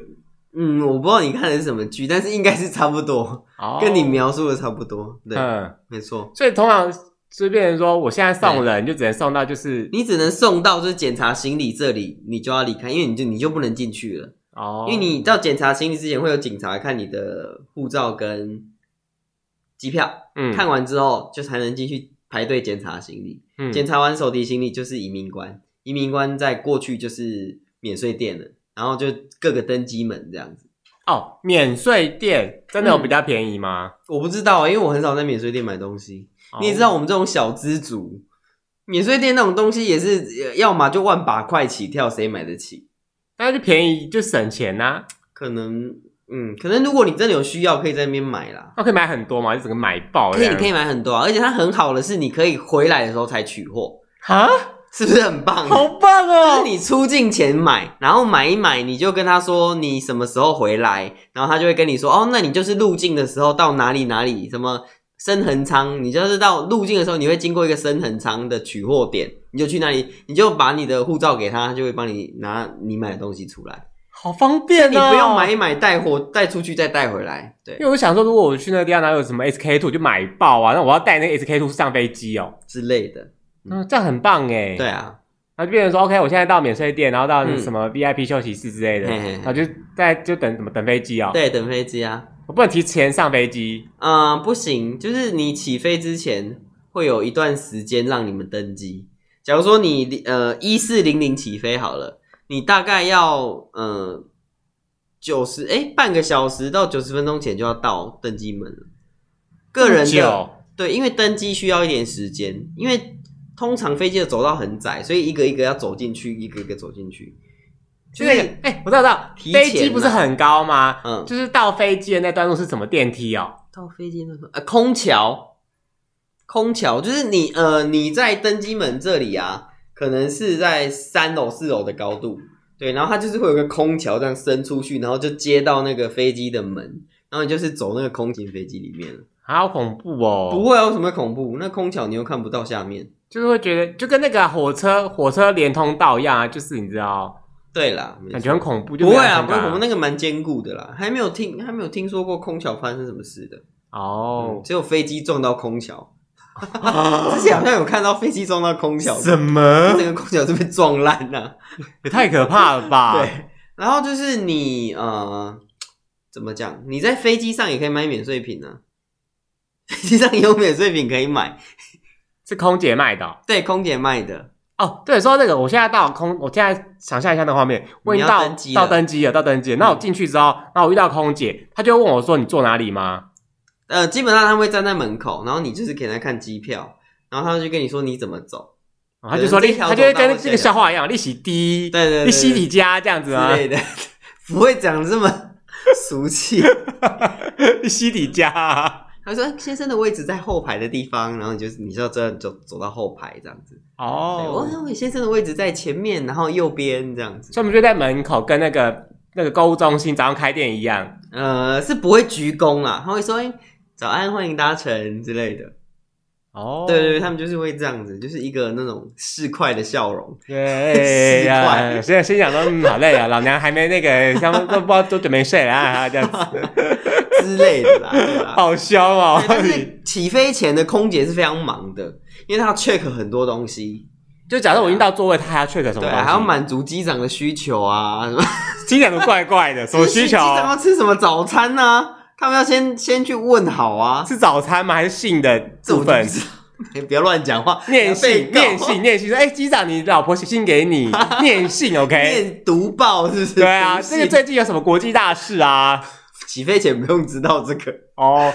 Speaker 2: 嗯，我不知道你看的是什么剧，但是应该是差不多，
Speaker 1: 哦
Speaker 2: 跟你描述的差不多。对，
Speaker 1: 嗯，
Speaker 2: 没错。
Speaker 1: 所以通常就变成说，我现在送人就只能送到就是
Speaker 2: 你只能送到就是检查行李这里，你就要离开，因为你就你就不能进去了，
Speaker 1: 哦，
Speaker 2: 因为你到检查行李之前会有警察看你的护照跟机票，
Speaker 1: 嗯
Speaker 2: 看完之后就才能进去排队检查行李。
Speaker 1: 嗯
Speaker 2: 检查完手提行李就是移民官，移民官在过去就是免税店了，然后就各个登机门这样子。
Speaker 1: 哦，免税店真
Speaker 2: 嗯
Speaker 1: 的有比较便宜吗？哦
Speaker 2: 我不知道、啊因为我很少在免税店买东西。你也知道我们这种小资族，免税店那种东西也是，呃要么就万把块起跳，谁买得
Speaker 1: 啊
Speaker 2: 起？
Speaker 1: 但是便宜就省钱呐、
Speaker 2: 可能嗯，可能如果你真的有需要，可以在那边买啦。
Speaker 1: 那可以买很多嘛，就整个买爆
Speaker 2: 可
Speaker 1: 这
Speaker 2: 以，
Speaker 1: 样。
Speaker 2: 你可以买很多啊，而且它很好的是，你可以回来的时候才取货，
Speaker 1: 啊，
Speaker 2: 是不是很棒？
Speaker 1: 好棒
Speaker 2: 嗯就是
Speaker 1: 哦！
Speaker 2: 你出境前买，然后买一买，你就跟他说你什么时候回来，然后他就会跟你说，哦，那你就是入境的时候到哪里哪里，什么深恒仓，你就是到入境的时候你会经过一个深恒仓的取货点，你就去那里，你就把你的护照给他，他就会帮你拿你买的东西出来，
Speaker 1: 好方便
Speaker 2: 你
Speaker 1: 哦，
Speaker 2: 不 用买一。买带货带出去再带回来，对
Speaker 1: 因为我想说，如果我去那个地方，哪有什么 SK two 就买爆啊？那我要带那个 SK two 上飞机哦，
Speaker 2: 之类的，嗯
Speaker 1: 嗯，这样很棒哎。
Speaker 2: 对，啊，
Speaker 1: 然后就变成说，OK，我现在到免税店，然后到
Speaker 2: 嗯
Speaker 1: 什么 VIP 休息室之类的，
Speaker 2: 嘿嘿嘿
Speaker 1: 然后就在就等什么等飞机哦。
Speaker 2: 对，等飞机啊，
Speaker 1: 我不能提前上飞机
Speaker 2: 嗯、不行，就是你起飞之前会有一段时间让你们登机。假如说你呃一四零零起飞好了，你大概要呃九十哎半个小时到九十分钟前就要到登机门了。个人
Speaker 1: 这么
Speaker 2: 的
Speaker 1: 久
Speaker 2: 对，因为登机需要一点时间，因为通常飞机的走道很窄，所以一个一个要走进去，一个一个走进去。
Speaker 1: 就
Speaker 2: 就
Speaker 1: 那个
Speaker 2: 是，
Speaker 1: 哎、我知道，我知道，
Speaker 2: 提前啊
Speaker 1: 飞机不是很高吗？
Speaker 2: 嗯
Speaker 1: 就是到飞机的那段路是什么电梯哦？
Speaker 2: 到飞机那时候，呃，空桥，空桥就是你呃你在登机门这里啊，可能是在三楼四楼的高度，对，然后它就是会有个空桥这样伸出去，然后就接到那个飞机的门，然后你就是走那个空勤飞机里面了，
Speaker 1: 好恐怖哦！
Speaker 2: 不会有什么恐怖，那空桥你又看不到下面。
Speaker 1: 就是会觉得就跟那个火车火车连通道一样啊，就是你知道，
Speaker 2: 对啦，没错
Speaker 1: 感觉很恐怖，就
Speaker 2: 不
Speaker 1: 没
Speaker 2: 会
Speaker 1: 有
Speaker 2: 啊，
Speaker 1: 安全
Speaker 2: 不
Speaker 1: 感
Speaker 2: 会，我们那个蛮坚固的啦，还没有听还没有听说过空桥发生什么事的，
Speaker 1: 哦
Speaker 2: 嗯、只有飞机撞到空桥， 之前好像有看到飞机撞到空桥，
Speaker 1: 哦什么
Speaker 2: 整个空调是被撞烂了、
Speaker 1: 也太可怕了吧？
Speaker 2: 对，然后就是你呃，怎么讲？你在飞机上也可以买免税品呢、飞机上也有免税品可以买，
Speaker 1: 是空姐卖的哦。
Speaker 2: 对，空姐卖的。
Speaker 1: 哦对，说到这个，我现在到空，我现在想象一下那画面，我已经
Speaker 2: 你要
Speaker 1: 到
Speaker 2: 登机了
Speaker 1: 到登机了，到登机了。那我进去之后，那我遇到空姐，她就会问我说：“你坐哪里吗
Speaker 2: 呃，基本上他会站在门口，然后你就是给他看机票，然后他就跟你说你怎么走，？”
Speaker 1: 然后她就说：“
Speaker 2: 可能
Speaker 1: 利，
Speaker 2: 这条
Speaker 1: 她就会
Speaker 2: 走道
Speaker 1: 跟
Speaker 2: 会
Speaker 1: 那个
Speaker 2: 写
Speaker 1: 笑话一样，利息低，
Speaker 2: 对对对
Speaker 1: 利息底加这样子
Speaker 2: 之
Speaker 1: 啊，
Speaker 2: 类的，不会讲得这么 俗气。
Speaker 1: 利息底加啊。
Speaker 2: 他说先生的位置在后排的地方，然后你就是你就要这样走走到后排这样子。”
Speaker 1: 哦
Speaker 2: 哦，，我先生的位置在前面，然后右边这样子。
Speaker 1: 所以我们就在门口跟那个那个购物中心早上开店一样，
Speaker 2: 呃，是不会鞠躬啦，他会说哎“早安，欢迎搭乘”之类的。
Speaker 1: 哦，
Speaker 2: 对对对，他们就是会这样子，就是一个那种市侩的笑容。
Speaker 1: 对
Speaker 2: 奇怪
Speaker 1: 呀，现在心想说，嗯，好累啊，老娘还没那个，他们都不知道都准备睡了啊，这样子，
Speaker 2: 之类 的啦，对啦。
Speaker 1: 好凶哦
Speaker 2: 对，但是起飞前的空姐是非常忙的，因为她要 check 很多东西，
Speaker 1: 就假设我已经到座位，他还要 check 什么
Speaker 2: 对
Speaker 1: 东西？
Speaker 2: 啊，还要满足机长的需求啊，什么
Speaker 1: 机长都怪怪的，什么需
Speaker 2: 机
Speaker 1: 求？啊
Speaker 2: 长要吃什么早餐呢、他们要先先去问好啊，
Speaker 1: 是早餐吗？还是性的
Speaker 2: 这我
Speaker 1: 部
Speaker 2: 就
Speaker 1: 分
Speaker 2: 不？知道。 你不要乱讲话，
Speaker 1: 念
Speaker 2: 被
Speaker 1: 信，
Speaker 2: 告
Speaker 1: 念信，念信说，哎，机长，你老婆写信给 你，念信，OK？
Speaker 2: 念读报是不是？
Speaker 1: 哎对啊，
Speaker 2: 读
Speaker 1: 这
Speaker 2: 信
Speaker 1: 个最近有什么国际大事啊？
Speaker 2: 起飞前不用知道这个。
Speaker 1: 哦，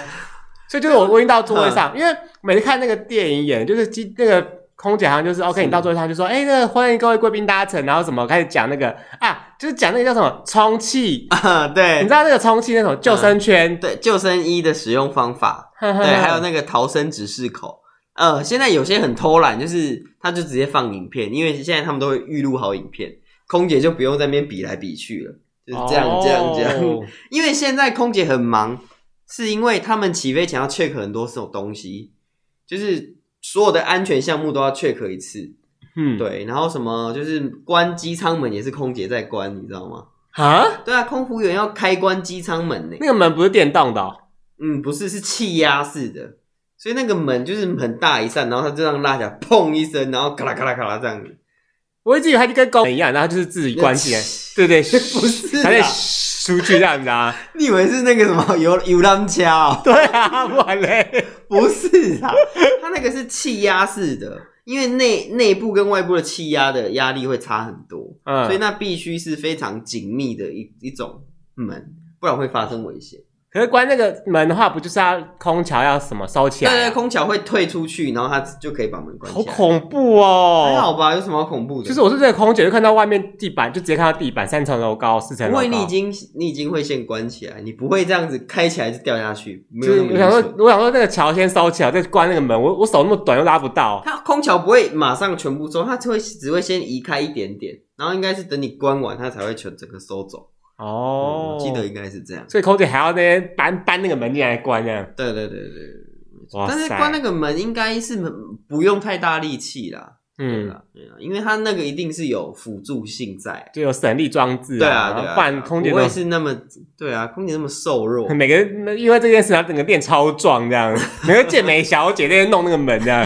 Speaker 1: 所以就是
Speaker 2: 嗯
Speaker 1: 我我已经到座位上，因为每次看那个电影演，就是机那个空姐好像就是 OK，
Speaker 2: 是
Speaker 1: 你到座位上就说，哎、那个欢迎各位贵宾搭乘，然后什么开始讲那个啊，就是讲那个叫什么充气，
Speaker 2: 啊，
Speaker 1: 你
Speaker 2: 对
Speaker 1: 知道那个充气那种救生圈，
Speaker 2: 对，救生衣的使用方 法，对，还有那个逃生指示口。呃，现在有些很偷懒，就是他就直接放影片，因为现在他们都会预录好影片，空姐就不用在那边比来比去了，就是这样、这样这样。
Speaker 1: 哦
Speaker 2: 因为现在空姐很忙，是因为他们起飞前要 check 很多种东西，就是所有的安全项目都要 check 一次。
Speaker 1: 嗯，
Speaker 2: 对，然后什么就是关机舱门也是空姐在关，你知道吗？
Speaker 1: 啊，
Speaker 2: 对啊，空服员要开关机舱门呢、
Speaker 1: 那个门不是电动的、哦，
Speaker 2: 嗯，不是，是气压式的，所以那个门就是很大一扇，然后它就这样拉起来，砰一声，然后咔啦咔啦咔啦这样子。
Speaker 1: 我一直以为它就跟工人一样，然后就是自己关起来，对 对，
Speaker 2: 不是
Speaker 1: 还
Speaker 2: 啦
Speaker 1: 在，出去这样子啊，
Speaker 2: 你以为是那个什么游游览车哦？
Speaker 1: 对啊，不然嘞，
Speaker 2: 不是啊，它那个是气压式的，因为内内部跟外部的气压的压力会差很多，所以
Speaker 1: 嗯，
Speaker 2: 那必须是非常紧密的一一种门，不然会发生危险。
Speaker 1: 可是关那个门的话，不就是要空调要什么收起来
Speaker 2: 对
Speaker 1: 啊、
Speaker 2: 对，空调会退出去，然后它就可以把门关起
Speaker 1: 好
Speaker 2: 来。
Speaker 1: 恐怖
Speaker 2: 还
Speaker 1: 哦！
Speaker 2: 好吧？有什么好恐怖的？
Speaker 1: 就是我是这个空姐，就看到外面地板，就直接看到地板三层楼高、四层
Speaker 2: 因
Speaker 1: 楼高。
Speaker 2: 为你已经你已经会先关起来，你不会这样子开起来就掉下去，没
Speaker 1: 就
Speaker 2: 有
Speaker 1: 是
Speaker 2: 那么
Speaker 1: 我想
Speaker 2: 愚
Speaker 1: 说
Speaker 2: 蠢，
Speaker 1: 我想说那个桥先收起来，再关那个门。我我手那么短又拉不到，
Speaker 2: 它空调不会马上全部收，它只会只会先移开一点点，然后应该是等你关完，它才会全整个收走。
Speaker 1: 哦
Speaker 2: 嗯，我记得应该是这样。
Speaker 1: 所以空姐还要那边搬搬那个门进来关这样。
Speaker 2: 对对对对对，
Speaker 1: 哇
Speaker 2: 但是
Speaker 1: 塞
Speaker 2: 关那个门应该是不用太大力气啦，对
Speaker 1: 嗯，
Speaker 2: 啦，对啊啦，因为它那个一定是有辅助性在。
Speaker 1: 就有省力装置
Speaker 2: 对
Speaker 1: 啊，
Speaker 2: 啊，对啊，
Speaker 1: 不然空姐
Speaker 2: 不
Speaker 1: 都，
Speaker 2: 会是那么对啊，空姐那么瘦弱
Speaker 1: 每个人因为这件事，他整个变超壮这样， 每个健美小姐在那边弄那个门这样。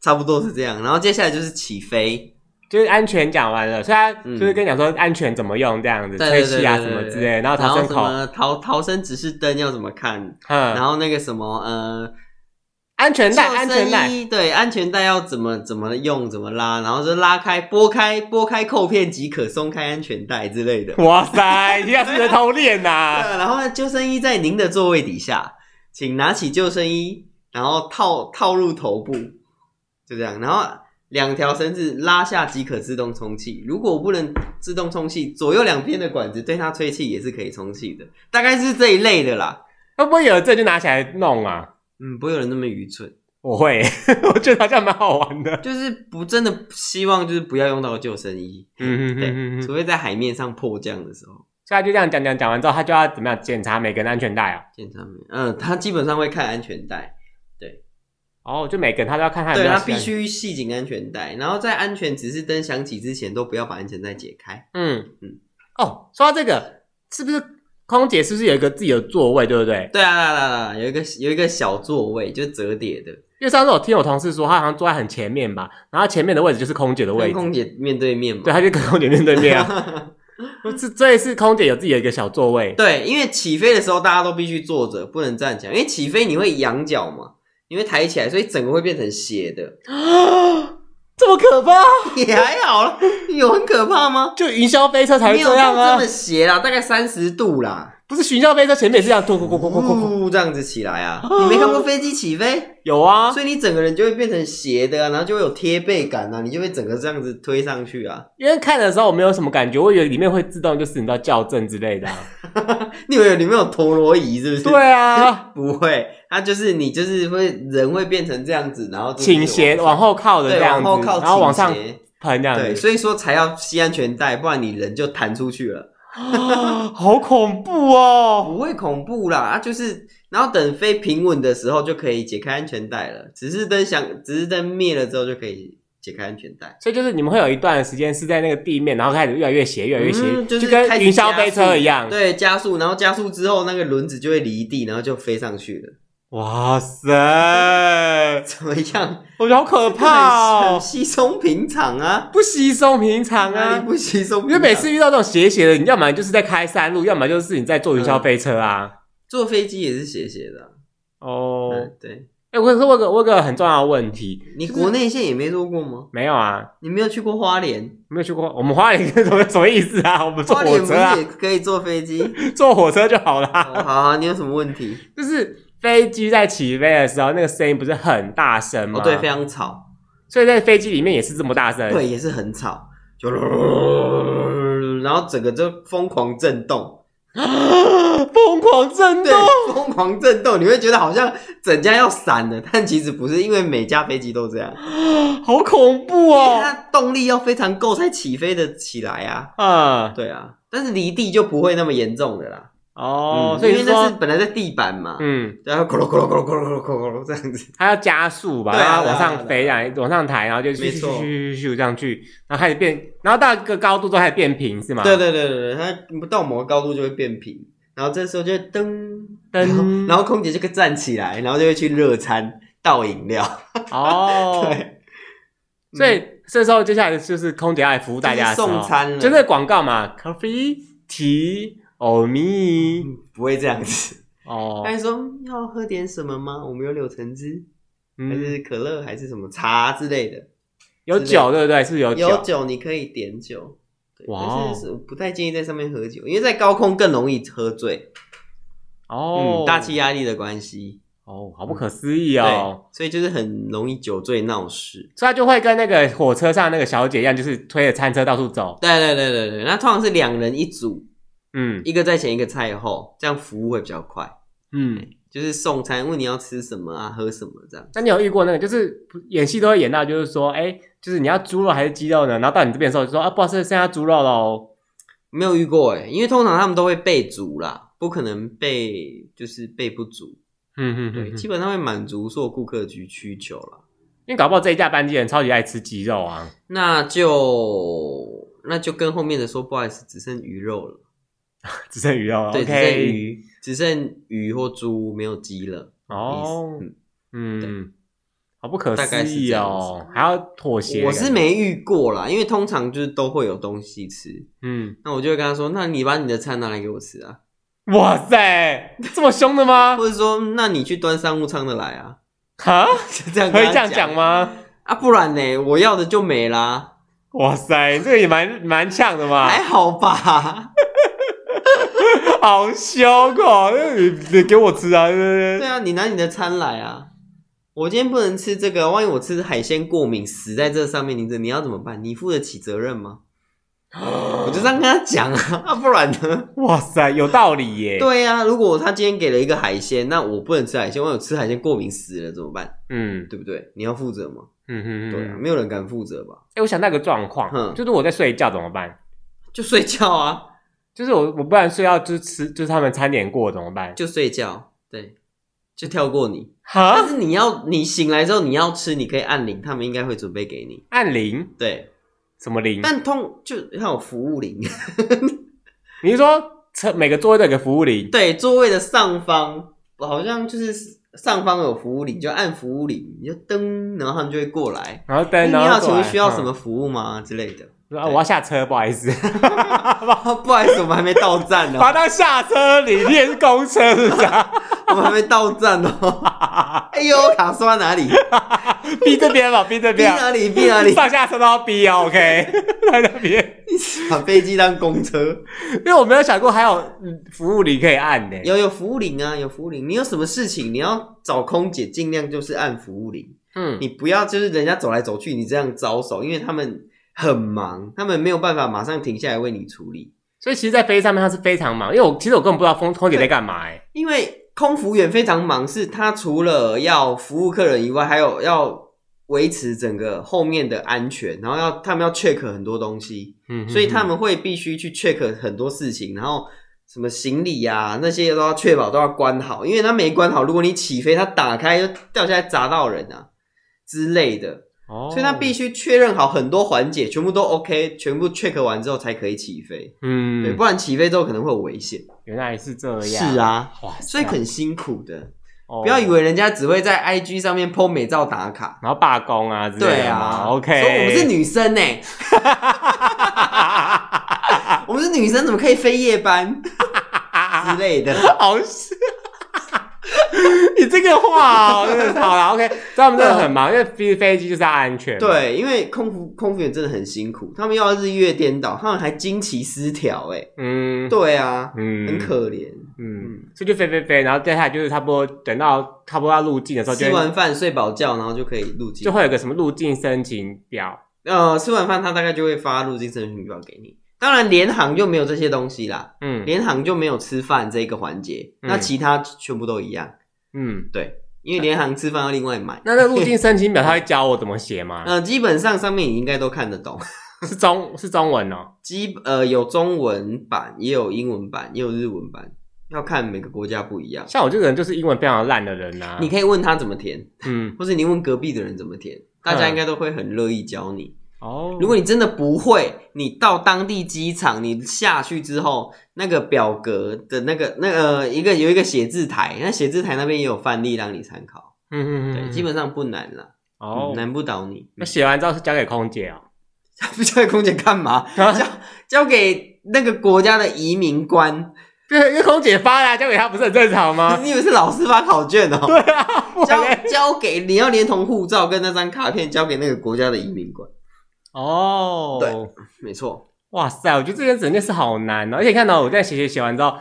Speaker 2: 差不多是这样。然后接下来就是起飞，
Speaker 1: 就是安全讲完了，所以他就是跟你讲说安全怎么用这样子，
Speaker 2: 嗯对
Speaker 1: 吹
Speaker 2: 对
Speaker 1: 气
Speaker 2: 对
Speaker 1: 啊
Speaker 2: 对
Speaker 1: 什么
Speaker 2: 对
Speaker 1: 之类的，然后
Speaker 2: 然
Speaker 1: 逃
Speaker 2: 后
Speaker 1: 生
Speaker 2: 什
Speaker 1: 口，
Speaker 2: 么逃逃生指示灯要怎么看，然
Speaker 1: 嗯，
Speaker 2: 后那个什么呃
Speaker 1: 安全带，
Speaker 2: 救
Speaker 1: 安全带
Speaker 2: 生，衣对安全带要怎么怎么用怎么拉，然后就拉开拨开拨开扣片即可松开安全带之类的。
Speaker 1: 哇塞，你要是人头练呐，
Speaker 2: 对，然后呢，救生衣在您的座位底下，请拿起救生衣，然后套套入头部，就这样，然后两条绳子拉下即可自动充气。如果不能自动充气，左右两边的管子对它吹气也是可以充气的，大概是这一类的啦。
Speaker 1: 会不会有这就拿起来弄啊？
Speaker 2: 嗯，不会有人那么愚蠢，
Speaker 1: 我会， 我觉得好像蛮好玩的。
Speaker 2: 就是不真的希望就是不要用到救生衣，
Speaker 1: 嗯嗯
Speaker 2: 对，
Speaker 1: 嗯嗯，所以
Speaker 2: 除非在海面上迫降的时候。
Speaker 1: 他就这样讲讲讲完之后，他就要怎么样检查每个人的安全带啊？
Speaker 2: 检查没？嗯，他基本上会看安全带，
Speaker 1: 哦，就每个人他都要看他有没
Speaker 2: 对，
Speaker 1: 有
Speaker 2: 它
Speaker 1: 系
Speaker 2: 必
Speaker 1: 安，
Speaker 2: 须系紧安全带，然后在安全指示灯响起之前，都不要把安全带解开。
Speaker 1: 嗯嗯
Speaker 2: 嗯。
Speaker 1: 哦，说到这个，是不是空姐是不是有一个自己的座位，对不对？
Speaker 2: 对啊，啦啦啦，有一个有一个小座位，就折叠的，
Speaker 1: 因为上次我听我同事说，他好像坐在很前面吧，然后前面的位置就是空姐的位
Speaker 2: 跟
Speaker 1: 置，
Speaker 2: 空姐面对面嘛。
Speaker 1: 对，他就跟空姐面对面啊。 是，所以是空姐有自己的一个小座位，
Speaker 2: 对，因为起飞的时候大家都必须坐着，不能站起来，因为起飞你会仰角嘛，你会抬起来，所以整个会变成斜的。
Speaker 1: 这么可怕？
Speaker 2: 也还好啦，有很可怕吗？
Speaker 1: 就云霄飞车才会
Speaker 2: 没有
Speaker 1: 这样
Speaker 2: 到
Speaker 1: 啊
Speaker 2: 这么，斜啦，大概三十度啦，
Speaker 1: 不是云霄飞车前面也是这样，突突突突突 突，
Speaker 2: 呜这样子起来啊！
Speaker 1: 哦
Speaker 2: 你没看过飞机起飞？
Speaker 1: 有啊，
Speaker 2: 所以你整个人就会变成斜的啊，然后就会有贴背感啊，你就会整个这样子推上去啊。
Speaker 1: 因为看的时候我没有什么感觉，我以为里面会自动就是你知道校正之类的、 啊。
Speaker 2: 你以为里面有陀螺仪是不是？，
Speaker 1: 对啊，
Speaker 2: 不会，它就是你就是会人会变成这样子，然后就是
Speaker 1: 倾斜往后靠的
Speaker 2: 对
Speaker 1: 这样
Speaker 2: 往
Speaker 1: 子，
Speaker 2: 后靠，
Speaker 1: 然后往上
Speaker 2: 倾斜
Speaker 1: 喷这样
Speaker 2: 对，
Speaker 1: 子，
Speaker 2: 所以说才要系安全带，不然你人就弹出去了，
Speaker 1: 好恐怖哦！
Speaker 2: 不会恐怖啦，啊就是。然后等飞平稳的时候就可以解开安全带了，指示灯响，指示灯灭了之后就可以解开安全带，
Speaker 1: 所以就是你们会有一段时间是在那个地面，然后开始越来越斜，越来越斜，
Speaker 2: 嗯就是
Speaker 1: 跟
Speaker 2: 开始
Speaker 1: 云霄
Speaker 2: 加
Speaker 1: 飞
Speaker 2: 速
Speaker 1: 车一样。
Speaker 2: 对，加速，然后加速之后那个轮子就会离地，然后就飞上去了。
Speaker 1: 哇塞，
Speaker 2: 怎 么样？
Speaker 1: 我觉得好可怕
Speaker 2: 很
Speaker 1: 哦
Speaker 2: 很！稀松平常啊，
Speaker 1: 不稀松平常
Speaker 2: 哪
Speaker 1: 啊
Speaker 2: 里！不稀松
Speaker 1: 因
Speaker 2: 平
Speaker 1: 为
Speaker 2: 常？
Speaker 1: 每次遇到这种斜斜的，你要么就是在开山路，要么就是你在坐云霄飞车啊。
Speaker 2: 坐飞机也是斜斜的啊、
Speaker 1: 哦，
Speaker 2: 嗯，对
Speaker 1: 哎、我跟你说，我有个我有个很重要的问题，
Speaker 2: 你
Speaker 1: 就是
Speaker 2: 国内线也没坐过吗？
Speaker 1: 没有啊？
Speaker 2: 你没有去过花莲？
Speaker 1: 没有去过，我们花莲 什么什么意思啊？我们坐
Speaker 2: 花
Speaker 1: 火
Speaker 2: 莲不
Speaker 1: 车啊
Speaker 2: 是，也可以坐飞 机？
Speaker 1: 坐火车就好
Speaker 2: 哦好
Speaker 1: 啦。
Speaker 2: 啊，你有什么问题？
Speaker 1: 就是飞机在起飞的时候，那个声音不是很大声吗？
Speaker 2: 哦，对，非常吵，
Speaker 1: 所以在飞机里面也是这么大声。
Speaker 2: 对，也是很吵，就 然后整个就疯狂震动，
Speaker 1: 疯狂震
Speaker 2: 对
Speaker 1: 动。，
Speaker 2: 疯狂震动，你会觉得好像整架要散了，但其实不是，因为每架飞机都这样，
Speaker 1: 好恐怖
Speaker 2: 它
Speaker 1: 哦！
Speaker 2: 动力要非常够才起飞的起来啊。
Speaker 1: 嗯，
Speaker 2: 对啊，但是离地就不会那么严重的啦。
Speaker 1: 哦，
Speaker 2: 嗯
Speaker 1: 所以
Speaker 2: 因
Speaker 1: 是
Speaker 2: 为那
Speaker 1: 说
Speaker 2: 是，本来在地板嘛，
Speaker 1: 嗯，
Speaker 2: 然后咕噜咕噜咕噜咕噜咕噜咕噜这样子。
Speaker 1: 它要加速吧，
Speaker 2: 对啊
Speaker 1: 然后
Speaker 2: 对啊
Speaker 1: 往
Speaker 2: 对
Speaker 1: 上
Speaker 2: 啊
Speaker 1: 飞，
Speaker 2: 对
Speaker 1: 然
Speaker 2: 啊
Speaker 1: 后往上抬，然后就咻
Speaker 2: 没
Speaker 1: 咻
Speaker 2: 错
Speaker 1: 咻咻咻咻这样去，然后开始变，然后到一个高度之后开始变平是吗？
Speaker 2: 对对对对对，它到某个高度就会变平，然后这时候就噔
Speaker 1: 噔
Speaker 2: 然后然后空姐就可以站起来，然后就会去热餐倒饮料。
Speaker 1: 哦，
Speaker 2: 对，嗯
Speaker 1: 所以这时候接下来就是空姐要来服务大家的时候
Speaker 2: 就是送餐了
Speaker 1: 就那个广告嘛，coffee tea or me
Speaker 2: 嗯不会这样子。
Speaker 1: 哦，
Speaker 2: 他就说要喝点什么吗？我们有柳橙汁，还
Speaker 1: 嗯，
Speaker 2: 是可乐，还是什么茶之类的。
Speaker 1: 有酒对不对？是不是有
Speaker 2: 有
Speaker 1: 酒？
Speaker 2: 酒你可以点酒，对
Speaker 1: 哇哦
Speaker 2: 但是是不太建议在上面喝酒，因为在高空更容易喝醉。
Speaker 1: 哦
Speaker 2: 嗯，，大气压力的关系，
Speaker 1: 哦，好不可思议哦。
Speaker 2: 对，所以就是很容易酒醉闹事。
Speaker 1: 所以他就会跟那个火车上那个小姐一样，就是推着餐车到处走。
Speaker 2: 对对对对对，那通常是两人一组，
Speaker 1: 嗯
Speaker 2: 一个在前，一个在后，这样服务会比较快。
Speaker 1: 嗯，
Speaker 2: 就是送餐，问你要吃什么啊，喝什么这样。
Speaker 1: 那你有遇过那个，就是呃演戏都会演到，就是说，哎、就是你要猪肉还是鸡肉呢？然后到你这边的时候就说啊，不好意思，剩下猪肉喽。
Speaker 2: 没有遇过哎、因为通常他们都会备足啦，不可能备就是备不足。
Speaker 1: 嗯嗯
Speaker 2: 对，
Speaker 1: 嗯，
Speaker 2: 基
Speaker 1: 因
Speaker 2: 本上会满足所有顾客的需需求啦。
Speaker 1: 为搞不好这一架班机的人超级爱吃鸡肉啊。
Speaker 2: 那就那就跟后面的说，不好意思，只剩鱼肉了，
Speaker 1: 只剩鱼肉了。
Speaker 2: 对
Speaker 1: o
Speaker 2: 只剩
Speaker 1: k
Speaker 2: 鱼，只剩鱼或猪，没有鸡了。
Speaker 1: 哦，
Speaker 2: 嗯
Speaker 1: 嗯，好不可
Speaker 2: 大概
Speaker 1: 思
Speaker 2: 是
Speaker 1: 议哦
Speaker 2: 这样
Speaker 1: 哦，还要妥协。
Speaker 2: 我是，没遇过啦，因为通常就是都会有东西吃，
Speaker 1: 嗯，
Speaker 2: 那我就会跟他说，那你把你的菜拿来给我吃啊，
Speaker 1: 哇塞，这么凶的 吗？
Speaker 2: 或者说，那你去端商务舱的来啊，
Speaker 1: 哈，
Speaker 2: 就这样
Speaker 1: 可
Speaker 2: 跟
Speaker 1: 以
Speaker 2: 他
Speaker 1: 这样讲吗？
Speaker 2: 啊，不然呢，我要的就没啦，
Speaker 1: 哇塞，这个也蛮蛮呛的嘛，
Speaker 2: 还好吧？
Speaker 1: 好凶哦！你你给我吃啊，对不
Speaker 2: 对
Speaker 1: 对？
Speaker 2: 啊，你拿你的餐来啊。我今天不能吃这个，万一我吃海鲜过敏，死在这上面，你这你要怎么办？你负得起责任 吗？我就这样跟他讲啊，啊不然呢？
Speaker 1: 哇塞，有道理耶。，
Speaker 2: 对呀、啊，如果他今天给了一个海鲜，那我不能吃海鲜，万一我吃海鲜过敏死了怎么办？
Speaker 1: 嗯
Speaker 2: 对不对？你要负责吗？
Speaker 1: 嗯嗯
Speaker 2: 对啊，嗯
Speaker 1: 嗯。
Speaker 2: 没有人敢负责吧？
Speaker 1: 哎，我想到一个状况，
Speaker 2: 哼
Speaker 1: 就是我在睡觉怎么办？
Speaker 2: 就睡觉啊，
Speaker 1: 就是我我不然睡觉就吃，就是他们餐点过怎么办？
Speaker 2: 就睡觉，对，就跳过你。但
Speaker 1: 哈，
Speaker 2: 是你要你醒来之后你要吃，你可以按铃，他们应该会准备给你。
Speaker 1: 按铃
Speaker 2: 对，
Speaker 1: 什么铃？
Speaker 2: 但通就它有服务铃，
Speaker 1: 你是说车每个座位都有个服务铃？
Speaker 2: 对，座位的上方好像就是上方有服务铃，你就按服务铃，你就噔，然后他们就会过来。
Speaker 1: 然后
Speaker 2: 哎
Speaker 1: 灯，
Speaker 2: 你
Speaker 1: 然
Speaker 2: 好，
Speaker 1: 后
Speaker 2: 请
Speaker 1: 过来
Speaker 2: 问需要什？么
Speaker 1: 嗯
Speaker 2: 服务吗？之类的。
Speaker 1: 说啊我要下车，不好意思，
Speaker 2: 啊不好意思，我们还没到站
Speaker 1: 把它
Speaker 2: 哦，
Speaker 1: 当下车你你也是公车是不是啊？
Speaker 2: 我们还没到站 哦。哎呦，卡刷哪里？
Speaker 1: 逼这边吧，逼这
Speaker 2: 逼
Speaker 1: 边啊，
Speaker 2: 哪里？逼哪里？
Speaker 1: 上下车都要逼哦，OK，在 那边，
Speaker 2: 把飞机当公车。
Speaker 1: 因为我没有想过还有嗯服务铃可以按的，
Speaker 2: 有有服务铃啊，有服务铃。你有什么事情，你要找空姐，尽量就是按服务铃。
Speaker 1: 嗯
Speaker 2: 你不要就是人家走来走去，你这样招手，因为他们很忙，他们没有办法马上停下来为你处理。
Speaker 1: 所以其实，在飞机上面它是非常忙，因为我其实我根本不知道空空姐在干嘛，哎，
Speaker 2: 因为空服员非常忙，是他除了要服务客人以外，还有要维持整个后面的安全，然后要他们要 check 很多东西，
Speaker 1: 嗯
Speaker 2: 所以他们会必须去 check 很多事情，然后。什么行李呀、那些都要确保都要关好，因为他没关好，如果你起飞，他打开就掉下来砸到人啊之类的。
Speaker 1: 哦
Speaker 2: 所以他必须确认好很多环节，全部都 OK，全部 check 完之后才可以起飞，对，
Speaker 1: 嗯
Speaker 2: 不，然起飞之后可能会有危险。
Speaker 1: 原来是这样，
Speaker 2: 是，啊，
Speaker 1: 哇塞，哦
Speaker 2: 所以很辛苦的，
Speaker 1: 不
Speaker 2: 不要以，为人家只会在 IG 上面 po 美照打卡。
Speaker 1: 然后罢工啊之类的嘛，
Speaker 2: 对啊
Speaker 1: ，OK，
Speaker 2: 说我们是 女生呢、 我们是女生，怎么可以飞 夜班之类的？
Speaker 1: 好笑。你这个话、哦、真的是好了，OK。所以他们真的很 忙，因为飞飞机就是要安全。，
Speaker 2: 啊对，因为空服空服员真的很辛苦，他们要日月颠倒，他们还经期失调，哎，
Speaker 1: 嗯，
Speaker 2: 对啊，
Speaker 1: 嗯，
Speaker 2: 很，可怜。
Speaker 1: 嗯，所以就飞飞飞，然后接下来就是差不多等到差不多要入境的时候就
Speaker 2: 吃
Speaker 1: 会，
Speaker 2: 完饭睡饱觉，然后就可以入境
Speaker 1: 就。会有个什么入境申请表。
Speaker 2: 呃，吃完饭他大概就会发入境申请表给你。当然，联航就没有这些东西啦，
Speaker 1: 嗯
Speaker 2: 联航就没有吃饭这一个环节，
Speaker 1: 嗯
Speaker 2: 那其他全部都一样。
Speaker 1: 嗯，
Speaker 2: 对，因为联航吃饭要另外买。
Speaker 1: 那那入境申请表他会教我怎么写 吗？
Speaker 2: 呃，基本上上面你应该都看得懂，
Speaker 1: 是中是中文哦。
Speaker 2: 基呃有中文版，也有英文版，也有日文版，要看每个国家不一样。
Speaker 1: 像我这个人就是英文非常烂的人呐、啊。
Speaker 2: 你可以问他怎么填，
Speaker 1: 嗯
Speaker 2: 或是你问隔壁的人怎么填，大家应该都会很乐意教你。
Speaker 1: 哦，
Speaker 2: 如果你真的不会，你到当地机场，你下去之后，那个表格的那个那个、呃一个有一个写字台，那写字台那边也有范例让你参考，
Speaker 1: 嗯嗯嗯，
Speaker 2: 对，
Speaker 1: 嗯
Speaker 2: 基本上不难啦，
Speaker 1: 哦
Speaker 2: 嗯，难不倒你。
Speaker 1: 那写完之后是交给空姐哦。
Speaker 2: 不交给空姐干嘛？交交给那个国家的移民官，
Speaker 1: 对，因为空姐发啦，交给他不是很正常吗？
Speaker 2: 你以为是老师发考卷哦、
Speaker 1: 啊 对啊，不然
Speaker 2: 交
Speaker 1: 嘞
Speaker 2: 交给你要连同护照跟那张卡片交给那个国家的移民官，
Speaker 1: 哦，
Speaker 2: 对没错，
Speaker 1: 哦哇塞，我觉得这件整件事好难哦。而且你看到我在写写写完之后，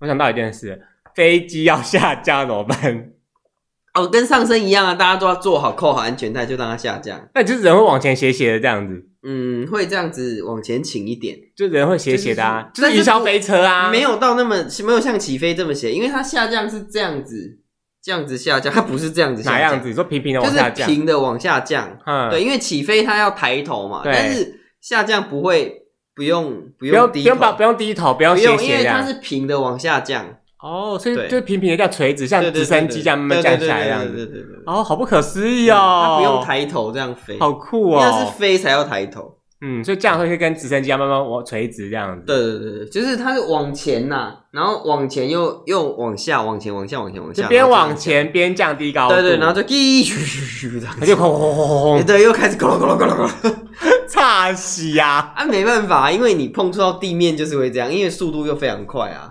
Speaker 1: 我想到一件事，飞机要下降怎么办？
Speaker 2: 哦，跟上升一样啊，大家都要做好扣好安全带，就让它下降。
Speaker 1: 那就是人会往前斜斜的这样子，
Speaker 2: 嗯，会这样子往前倾一点，
Speaker 1: 就人会斜斜的啊，
Speaker 2: 就是
Speaker 1: 就是云霄飞车啊，
Speaker 2: 没有到那么没有像起飞这么斜，因为它下降是这样子，这样子下降，它不是这样子下
Speaker 1: 哪
Speaker 2: 降，
Speaker 1: 样子？你说平平的
Speaker 2: 就
Speaker 1: 往下
Speaker 2: 是
Speaker 1: 降，
Speaker 2: 平的往下降。
Speaker 1: 嗯，
Speaker 2: 对，因为起飞它要抬头嘛，
Speaker 1: 对
Speaker 2: 但是下降不会，不用不
Speaker 1: 不用
Speaker 2: 用
Speaker 1: 不
Speaker 2: 低头，
Speaker 1: 用把不用低头，不用
Speaker 2: 不
Speaker 1: 斜
Speaker 2: 用，
Speaker 1: 斜
Speaker 2: 因
Speaker 1: 这
Speaker 2: 为它
Speaker 1: 样。
Speaker 2: 是平的往下降，
Speaker 1: 哦，所以
Speaker 2: 对
Speaker 1: 就是平平的叫垂直，像
Speaker 2: 对对
Speaker 1: 直升机这样慢慢
Speaker 2: 对对
Speaker 1: 降
Speaker 2: 对
Speaker 1: 下来这样
Speaker 2: 对对
Speaker 1: 子。
Speaker 2: 对对对，
Speaker 1: 哦，好不可思议哦！
Speaker 2: 它不用，抬头这样飞，
Speaker 1: 好酷
Speaker 2: 要是
Speaker 1: 哦。
Speaker 2: 飞才要抬头。
Speaker 1: 嗯，所以这样会会跟直升机一样慢慢往垂直这样子。
Speaker 2: 对对对对，就是它是往前呐、然后往前又又往下，往前往下往前往
Speaker 1: 就
Speaker 2: 下，
Speaker 1: 边
Speaker 2: 然后这样
Speaker 1: 往，前边降低高度。
Speaker 2: 对对，然后就滴咻咻咻咻这样
Speaker 1: 它
Speaker 2: 子，哎
Speaker 1: 就轰轰轰轰轰，
Speaker 2: 对，又开始咕噜咕噜咕噜咕噜。
Speaker 1: 差死呀！
Speaker 2: 啊，没办法，因为你碰触到地面就是会这样，因为速度又非常快啊，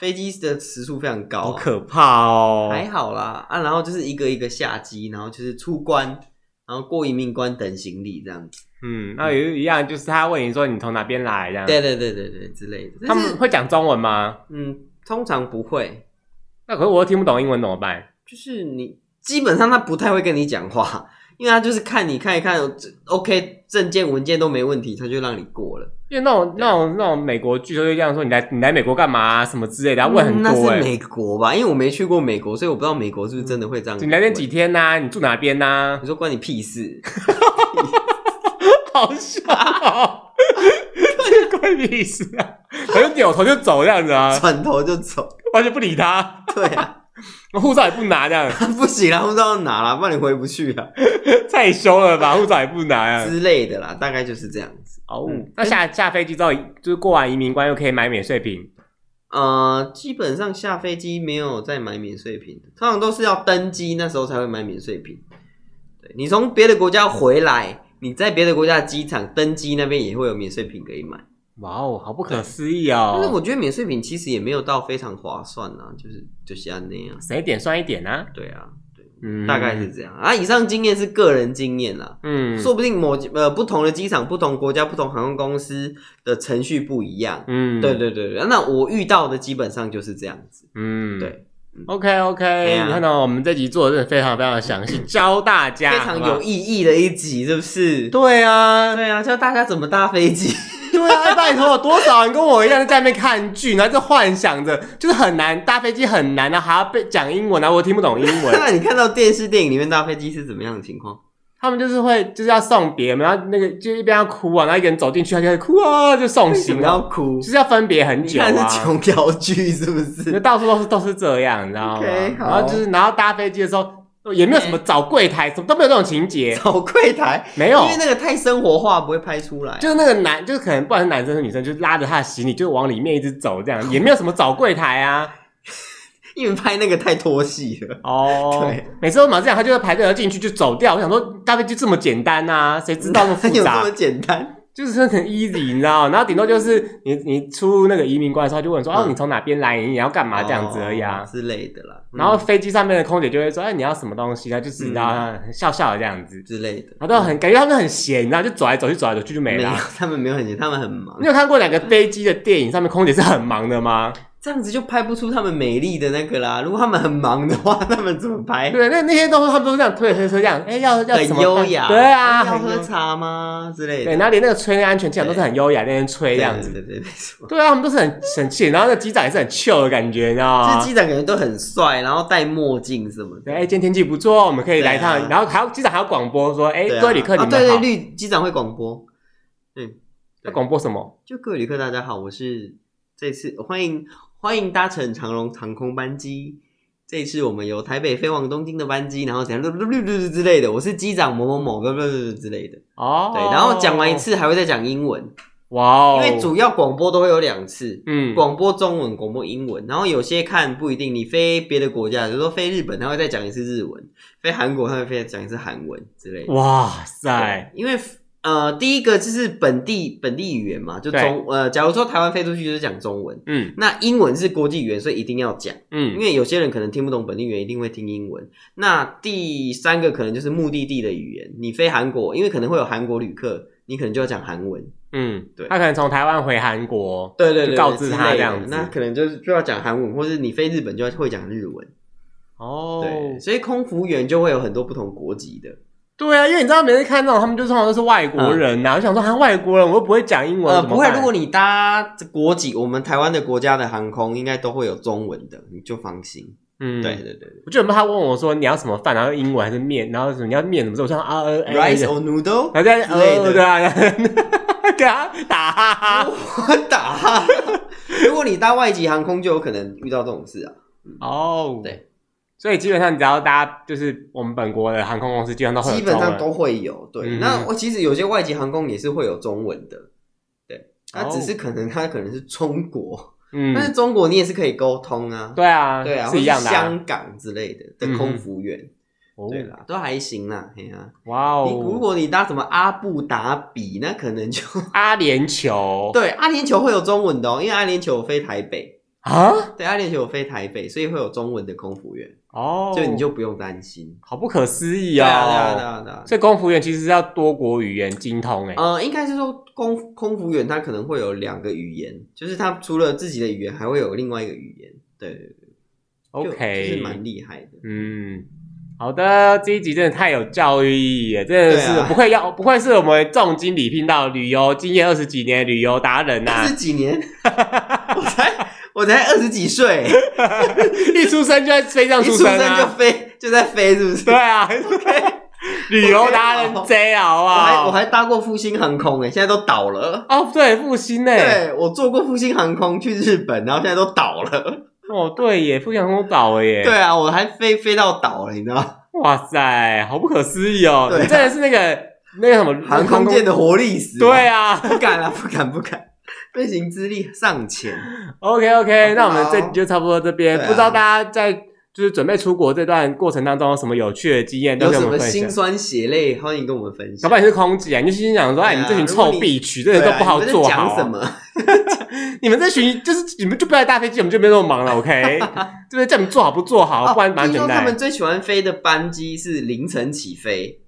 Speaker 2: 飞机的时速非常高、
Speaker 1: 好
Speaker 2: 啊，
Speaker 1: 可怕哦！
Speaker 2: 还好啦啊，然后就是一个一个下机，然后就是出关，然后过移民关等行李这样子，
Speaker 1: 嗯，那也是一样，就是他问你说你从哪边来这样。
Speaker 2: 对对对对对之类的。
Speaker 1: 嗯他
Speaker 2: 但
Speaker 1: 们
Speaker 2: 是
Speaker 1: 会讲中文吗？
Speaker 2: 嗯，通常不会，
Speaker 1: 那可是我又听不懂英文怎么办？
Speaker 2: 就是你基本上他不太会跟你讲话，因为他就是看你看一看这，OK，证件文件都没问题，他就让你过了。
Speaker 1: 因为那种那种那种美国剧都会这样说，你来你来美国干嘛啊、什么之类的，他问很
Speaker 2: 嗯那
Speaker 1: 多哎、
Speaker 2: 是美国吧？因为我没去过美国，所以我不知道美国是不是真的会这样。
Speaker 1: 嗯你来这几？天呐、你住哪边呐、
Speaker 2: 你说关你屁事？
Speaker 1: 好笑、哦， 这关你屁事啊！我就扭头就走这样子啊，
Speaker 2: 转头就走。
Speaker 1: 完全不理他，
Speaker 2: 对 啊，
Speaker 1: 我护照也不拿这样，
Speaker 2: 不行啦，不知道哪啦，不然你回不去了
Speaker 1: 太凶了吧，护照也不拿啊。
Speaker 2: 之类的啦，大概就是这样子。
Speaker 1: 哦
Speaker 2: 嗯，
Speaker 1: 那下下飞机之后，就是过完移民关又可以买免税品，
Speaker 2: 呃，基本上下飞机没有再买免税品的，通常都是要登机那时候才会买免税品。对你从别的国家回来，你在别的国家的机场登机那边也会有免税品可以买，
Speaker 1: 哇哦，好不可思议
Speaker 2: 但是
Speaker 1: 哦！
Speaker 2: 我觉得免税品其实也没有到非常划算啊，就是就是要那样。
Speaker 1: 省一点算一点啊，
Speaker 2: 对啊，对，
Speaker 1: 嗯，
Speaker 2: 大概是这样、啊。以上经验是个人经验啦，
Speaker 1: 嗯
Speaker 2: 说不定某呃不同的机场、不同国家、不同航空公司的程序不一样。
Speaker 1: 嗯，
Speaker 2: 对对对对，那我遇到的基本上就是这样子。
Speaker 1: 嗯
Speaker 2: 对，
Speaker 1: OK OK，、
Speaker 2: 啊
Speaker 1: 你看到我们这集做的真的非常非常详 细，教大家
Speaker 2: 非常
Speaker 1: 好不好
Speaker 2: 有意义的一集，是不是？
Speaker 1: 啊对啊，
Speaker 2: 对啊，教大家怎么搭飞机。
Speaker 1: 对啊，哎拜托，多少人跟我一样在那边看剧，然后就幻想着就是很难搭飞机很难然后还要被讲英文，然后啊我听不懂英 文。
Speaker 2: 那你看到电视电影里面搭飞机是怎么样的情况？
Speaker 1: 他们就是会就是要送别人，然后那个就一边要哭啊，然后一个人走进去，他就会哭啊，就送
Speaker 2: 为什
Speaker 1: 行
Speaker 2: 么
Speaker 1: 了
Speaker 2: 要，哭
Speaker 1: 就？是要分别很
Speaker 2: 你
Speaker 1: 久
Speaker 2: 看
Speaker 1: 啊
Speaker 2: 是。琼瑶剧是不？
Speaker 1: 就是到处都是都是这样，你知道吗
Speaker 2: OK，好
Speaker 1: 然后就是，然后搭飞机的时候也没有什么找柜台，什么都没有这种情 节，
Speaker 2: 找柜台，
Speaker 1: 没有
Speaker 2: 因。为那个太生活化，不会拍出来。
Speaker 1: 就是那个男，就是可能不管是男生是女生，就是拉着他的行李就往里面一直走，这 样也没有什么找柜台啊。
Speaker 2: 因为拍那个太拖戏了。
Speaker 1: 哦，
Speaker 2: 对，
Speaker 1: 每次都马上他就会排队要进去就走掉。我想说搭飞机这么简单呐、谁知道那么复
Speaker 2: 哪有这
Speaker 1: 杂
Speaker 2: 么？简单？
Speaker 1: 就是很 easy，你知道？然后顶多就是你你出那个移民关的时候，他就问说、
Speaker 2: 嗯
Speaker 1: 哦你从哪边来，你要干嘛这样子而已啊。
Speaker 2: 哦之类的啦。嗯
Speaker 1: 然后飞机上面的空姐就会说：“哎，你要什么东西？”然后就是
Speaker 2: 嗯
Speaker 1: 你知道，笑笑的这样子，
Speaker 2: 之类的，
Speaker 1: 然后都很感觉他们很闲，然后就走来走去，走来走去就没
Speaker 2: 没有
Speaker 1: 了。，
Speaker 2: 他们没有很闲，他们很忙
Speaker 1: 你，有看过两个飞机的电影，上面空姐是很忙的 吗？
Speaker 2: 这样子就拍不出他们美丽的那个啦。如果他们很忙的话，他们怎么拍？
Speaker 1: 对，那那些都是他们都是这样推推推这样，哎，要要什
Speaker 2: 很
Speaker 1: 么？
Speaker 2: 优雅，
Speaker 1: 对啊，
Speaker 2: 要
Speaker 1: 很优
Speaker 2: 喝茶吗之类
Speaker 1: 对，
Speaker 2: 的，
Speaker 1: 然后连那个吹安全气囊都是很优雅，在那边吹
Speaker 2: 对
Speaker 1: 这样子。
Speaker 2: 对对对，没错。
Speaker 1: 对啊，他们都是很神气，然后那机长也是很 chill 的感觉，你知道
Speaker 2: 就是
Speaker 1: 吗？
Speaker 2: 机长感觉都很帅，然后戴墨镜什么的
Speaker 1: 对，。啊哎，今天天气不错，我们可以来一
Speaker 2: 对啊
Speaker 1: 趟。然后还要机长还要广播说，哎，
Speaker 2: 对啊
Speaker 1: 各位旅客你
Speaker 2: 啊
Speaker 1: 们好。
Speaker 2: 对对，绿机长会广播，
Speaker 1: 他广播什么？
Speaker 2: 就各位旅客大家好，我是这次欢迎欢迎搭乘长龙航空班机。这次我们由台北飞往东京的班机，然后怎样，噜噜噜噜之类的。我是机长某某某，噜噜噜之类的。
Speaker 1: 哦，
Speaker 2: 对，然后讲完一，次还会再讲英文，
Speaker 1: 哇哦，
Speaker 2: 因为主要广播都会有两次，
Speaker 1: 嗯
Speaker 2: 广播中文、广播英文，然后有些看不一定，你飞别的国家，比如说飞日本，他会再讲一次日文；飞韩国，他会再讲一次韩文之类的。
Speaker 1: 哇塞，
Speaker 2: 对，因为呃，第一个就是本地本地语言嘛，就
Speaker 1: 对
Speaker 2: 中呃，假如说台湾飞出去就是讲中文，
Speaker 1: 嗯
Speaker 2: 那英文是国际语言，所以一定要讲，因
Speaker 1: 嗯，
Speaker 2: 为有些人可能听不懂本地语言，一定会听英文。那第三个可能就是目的地的语言，你飞韩国，因为可能会有韩国旅客。你可能就要讲韩文。
Speaker 1: 嗯，
Speaker 2: 对
Speaker 1: 他可能从台湾回韩国，
Speaker 2: 对对对，
Speaker 1: 就告知他
Speaker 2: 之类的
Speaker 1: 这样子
Speaker 2: 那可能就是就要讲韩文，或是你飞日本就要会讲日文。
Speaker 1: 哦，
Speaker 2: 对，所以空服员就会有很多不同国籍的。
Speaker 1: 对啊，因为你知道每次看这种，他们就通常都是外国人呐、我想说，他外国人，我又不会讲英文，
Speaker 2: 嗯呃，
Speaker 1: 怎
Speaker 2: 不
Speaker 1: 么
Speaker 2: 会
Speaker 1: 办，
Speaker 2: 如果你搭国籍，我们台湾的国家的航空应该都会有中文的，你就放心。
Speaker 1: 嗯，
Speaker 2: 对。对对
Speaker 1: 我就很怕他问我说你要什么饭，然后英文还是面，然后什么你要面什么之后，我说啊呃
Speaker 2: 对，rice
Speaker 1: 呃
Speaker 2: or noodle 哦
Speaker 1: 然后在
Speaker 2: 之类
Speaker 1: 呃
Speaker 2: 的
Speaker 1: 对啊，给他打哈 哈。
Speaker 2: 我打 哈哈。如果你搭外籍航空，就有可能遇到这种事啊。
Speaker 1: 哦，
Speaker 2: 对，
Speaker 1: 所以基本上只要大家就是我们本国的航空公司，基本上都会有
Speaker 2: 基本
Speaker 1: 中
Speaker 2: 上
Speaker 1: 文
Speaker 2: 都会有。对，
Speaker 1: 嗯
Speaker 2: 那我其实有些外籍航空也是会有中文的，对，它
Speaker 1: 哦
Speaker 2: 只是可能它可能是中国，但
Speaker 1: 嗯，
Speaker 2: 是中国你也是可以沟通啊，
Speaker 1: 对啊，
Speaker 2: 对啊，
Speaker 1: 是一样的
Speaker 2: 或是
Speaker 1: 啊。
Speaker 2: 香港之类的的空服员，
Speaker 1: 哦
Speaker 2: 对啦，都还行啦，嘿啊，
Speaker 1: 哇哦，
Speaker 2: 你如果你搭什么阿布达比，那可能就
Speaker 1: 阿联酋
Speaker 2: 对阿联酋会有中文的哦，因为阿联酋有飞台北，
Speaker 1: 啊，
Speaker 2: 对，阿联酋有飞台北，所以会有中文的空服员，
Speaker 1: 哦，
Speaker 2: 就你就不用担心。
Speaker 1: 好不可思议哦。
Speaker 2: 对啊，对啊，对啊，对啊。
Speaker 1: 所以空服员其实是要多国语言精通哎、
Speaker 2: 呃，应该是说空空服员他可能会有两个语言，就是他除了自己的语言，还会有另外一个语言。对对对
Speaker 1: o
Speaker 2: 就就是蛮
Speaker 1: k
Speaker 2: 厉害的。
Speaker 1: 嗯，好的，这一集真的太有教育意义了，真的是、
Speaker 2: 对啊
Speaker 1: 不愧要不愧是我们重金礼聘到旅游经验二十几年的旅游达人呐、啊
Speaker 2: 二十几 年，我才我才二十几岁，
Speaker 1: 一出生就在飞上
Speaker 2: 一出
Speaker 1: 生
Speaker 2: 生就
Speaker 1: 啊，
Speaker 2: 飞就在飞，是不是？
Speaker 1: 对啊，旅游达 人 J 好不
Speaker 2: 哦我还我
Speaker 1: 好？
Speaker 2: 还搭过复兴航空欸诶、现在都倒了。
Speaker 1: 哦，对，复兴欸呢？
Speaker 2: 对，我坐过复兴航空去日本，然后现在都倒了。
Speaker 1: 哦，对耶，复兴航空岛了耶，
Speaker 2: 对啊，我还飞飞到倒了，你知道吗？
Speaker 1: 哇塞，好不可思议哦！
Speaker 2: 对啊
Speaker 1: 你真的是那个那个什么
Speaker 2: 航空界的活历史。
Speaker 1: 对，啊
Speaker 2: 不敢啊， 不敢，不敢，飞行资历尚浅。
Speaker 1: ，OK OK，
Speaker 2: 好哦
Speaker 1: 那我们这集就差不多这边，
Speaker 2: 对啊
Speaker 1: 不知道大家在就是准备出国这段过程当中有什么有趣的经验，都
Speaker 2: 有
Speaker 1: 跟
Speaker 2: 什
Speaker 1: 我
Speaker 2: 么
Speaker 1: 们分
Speaker 2: 辛
Speaker 1: 享。
Speaker 2: 酸血泪，欢迎跟我们分
Speaker 1: 搞
Speaker 2: 享
Speaker 1: 不。好你是空姐，你就心想说：“哎，
Speaker 2: 对啊
Speaker 1: 你这群臭必曲，这些都不好
Speaker 2: 对啊你们
Speaker 1: 做
Speaker 2: 在
Speaker 1: 好
Speaker 2: 讲什
Speaker 1: 啊。
Speaker 2: 么？
Speaker 1: 你们这群就是你们就不要搭飞机，我们就没那么忙了，OK？对不 对？叫你们做好不做好，哦不然蛮
Speaker 2: 哦听
Speaker 1: 简
Speaker 2: 说他
Speaker 1: 单
Speaker 2: 们。最喜欢飞的班机是凌晨起飞，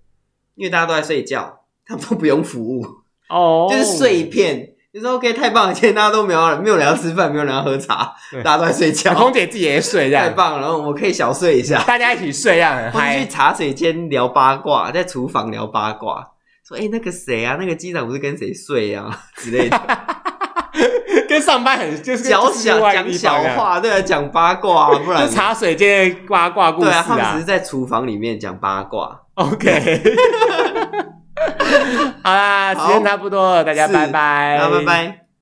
Speaker 2: 因为大家都在睡觉，他们都不用服务，
Speaker 1: 哦，
Speaker 2: 就是碎片。就说 OK，太棒了！今天大家都没有要没有人要吃饭，没有人要喝茶
Speaker 1: 对，
Speaker 2: 大家都在睡
Speaker 1: 啊，
Speaker 2: 觉，
Speaker 1: 空姐自己也睡这
Speaker 2: 哦太
Speaker 1: 样，
Speaker 2: 棒了！然后我可以小睡一下，
Speaker 1: 大家一起睡这样很
Speaker 2: 或者
Speaker 1: 嗨
Speaker 2: 去。茶水间聊八卦，在厨房聊八卦，说哎、诶那个谁啊，那个机长不是跟谁睡啊之类的。
Speaker 1: 跟上班很 就是
Speaker 2: 小
Speaker 1: 就是另
Speaker 2: 小
Speaker 1: 外一个
Speaker 2: 讲
Speaker 1: 地
Speaker 2: 小
Speaker 1: 方啊
Speaker 2: 话，对啊，讲八卦啊，不然
Speaker 1: 就茶水间的八卦故事
Speaker 2: 对啊，他们只
Speaker 1: 啊
Speaker 2: 是。在厨房里面讲八卦。
Speaker 1: OK，好啦，时间差不多了，大家
Speaker 2: 是
Speaker 1: 拜拜，哎
Speaker 2: 那拜。拜。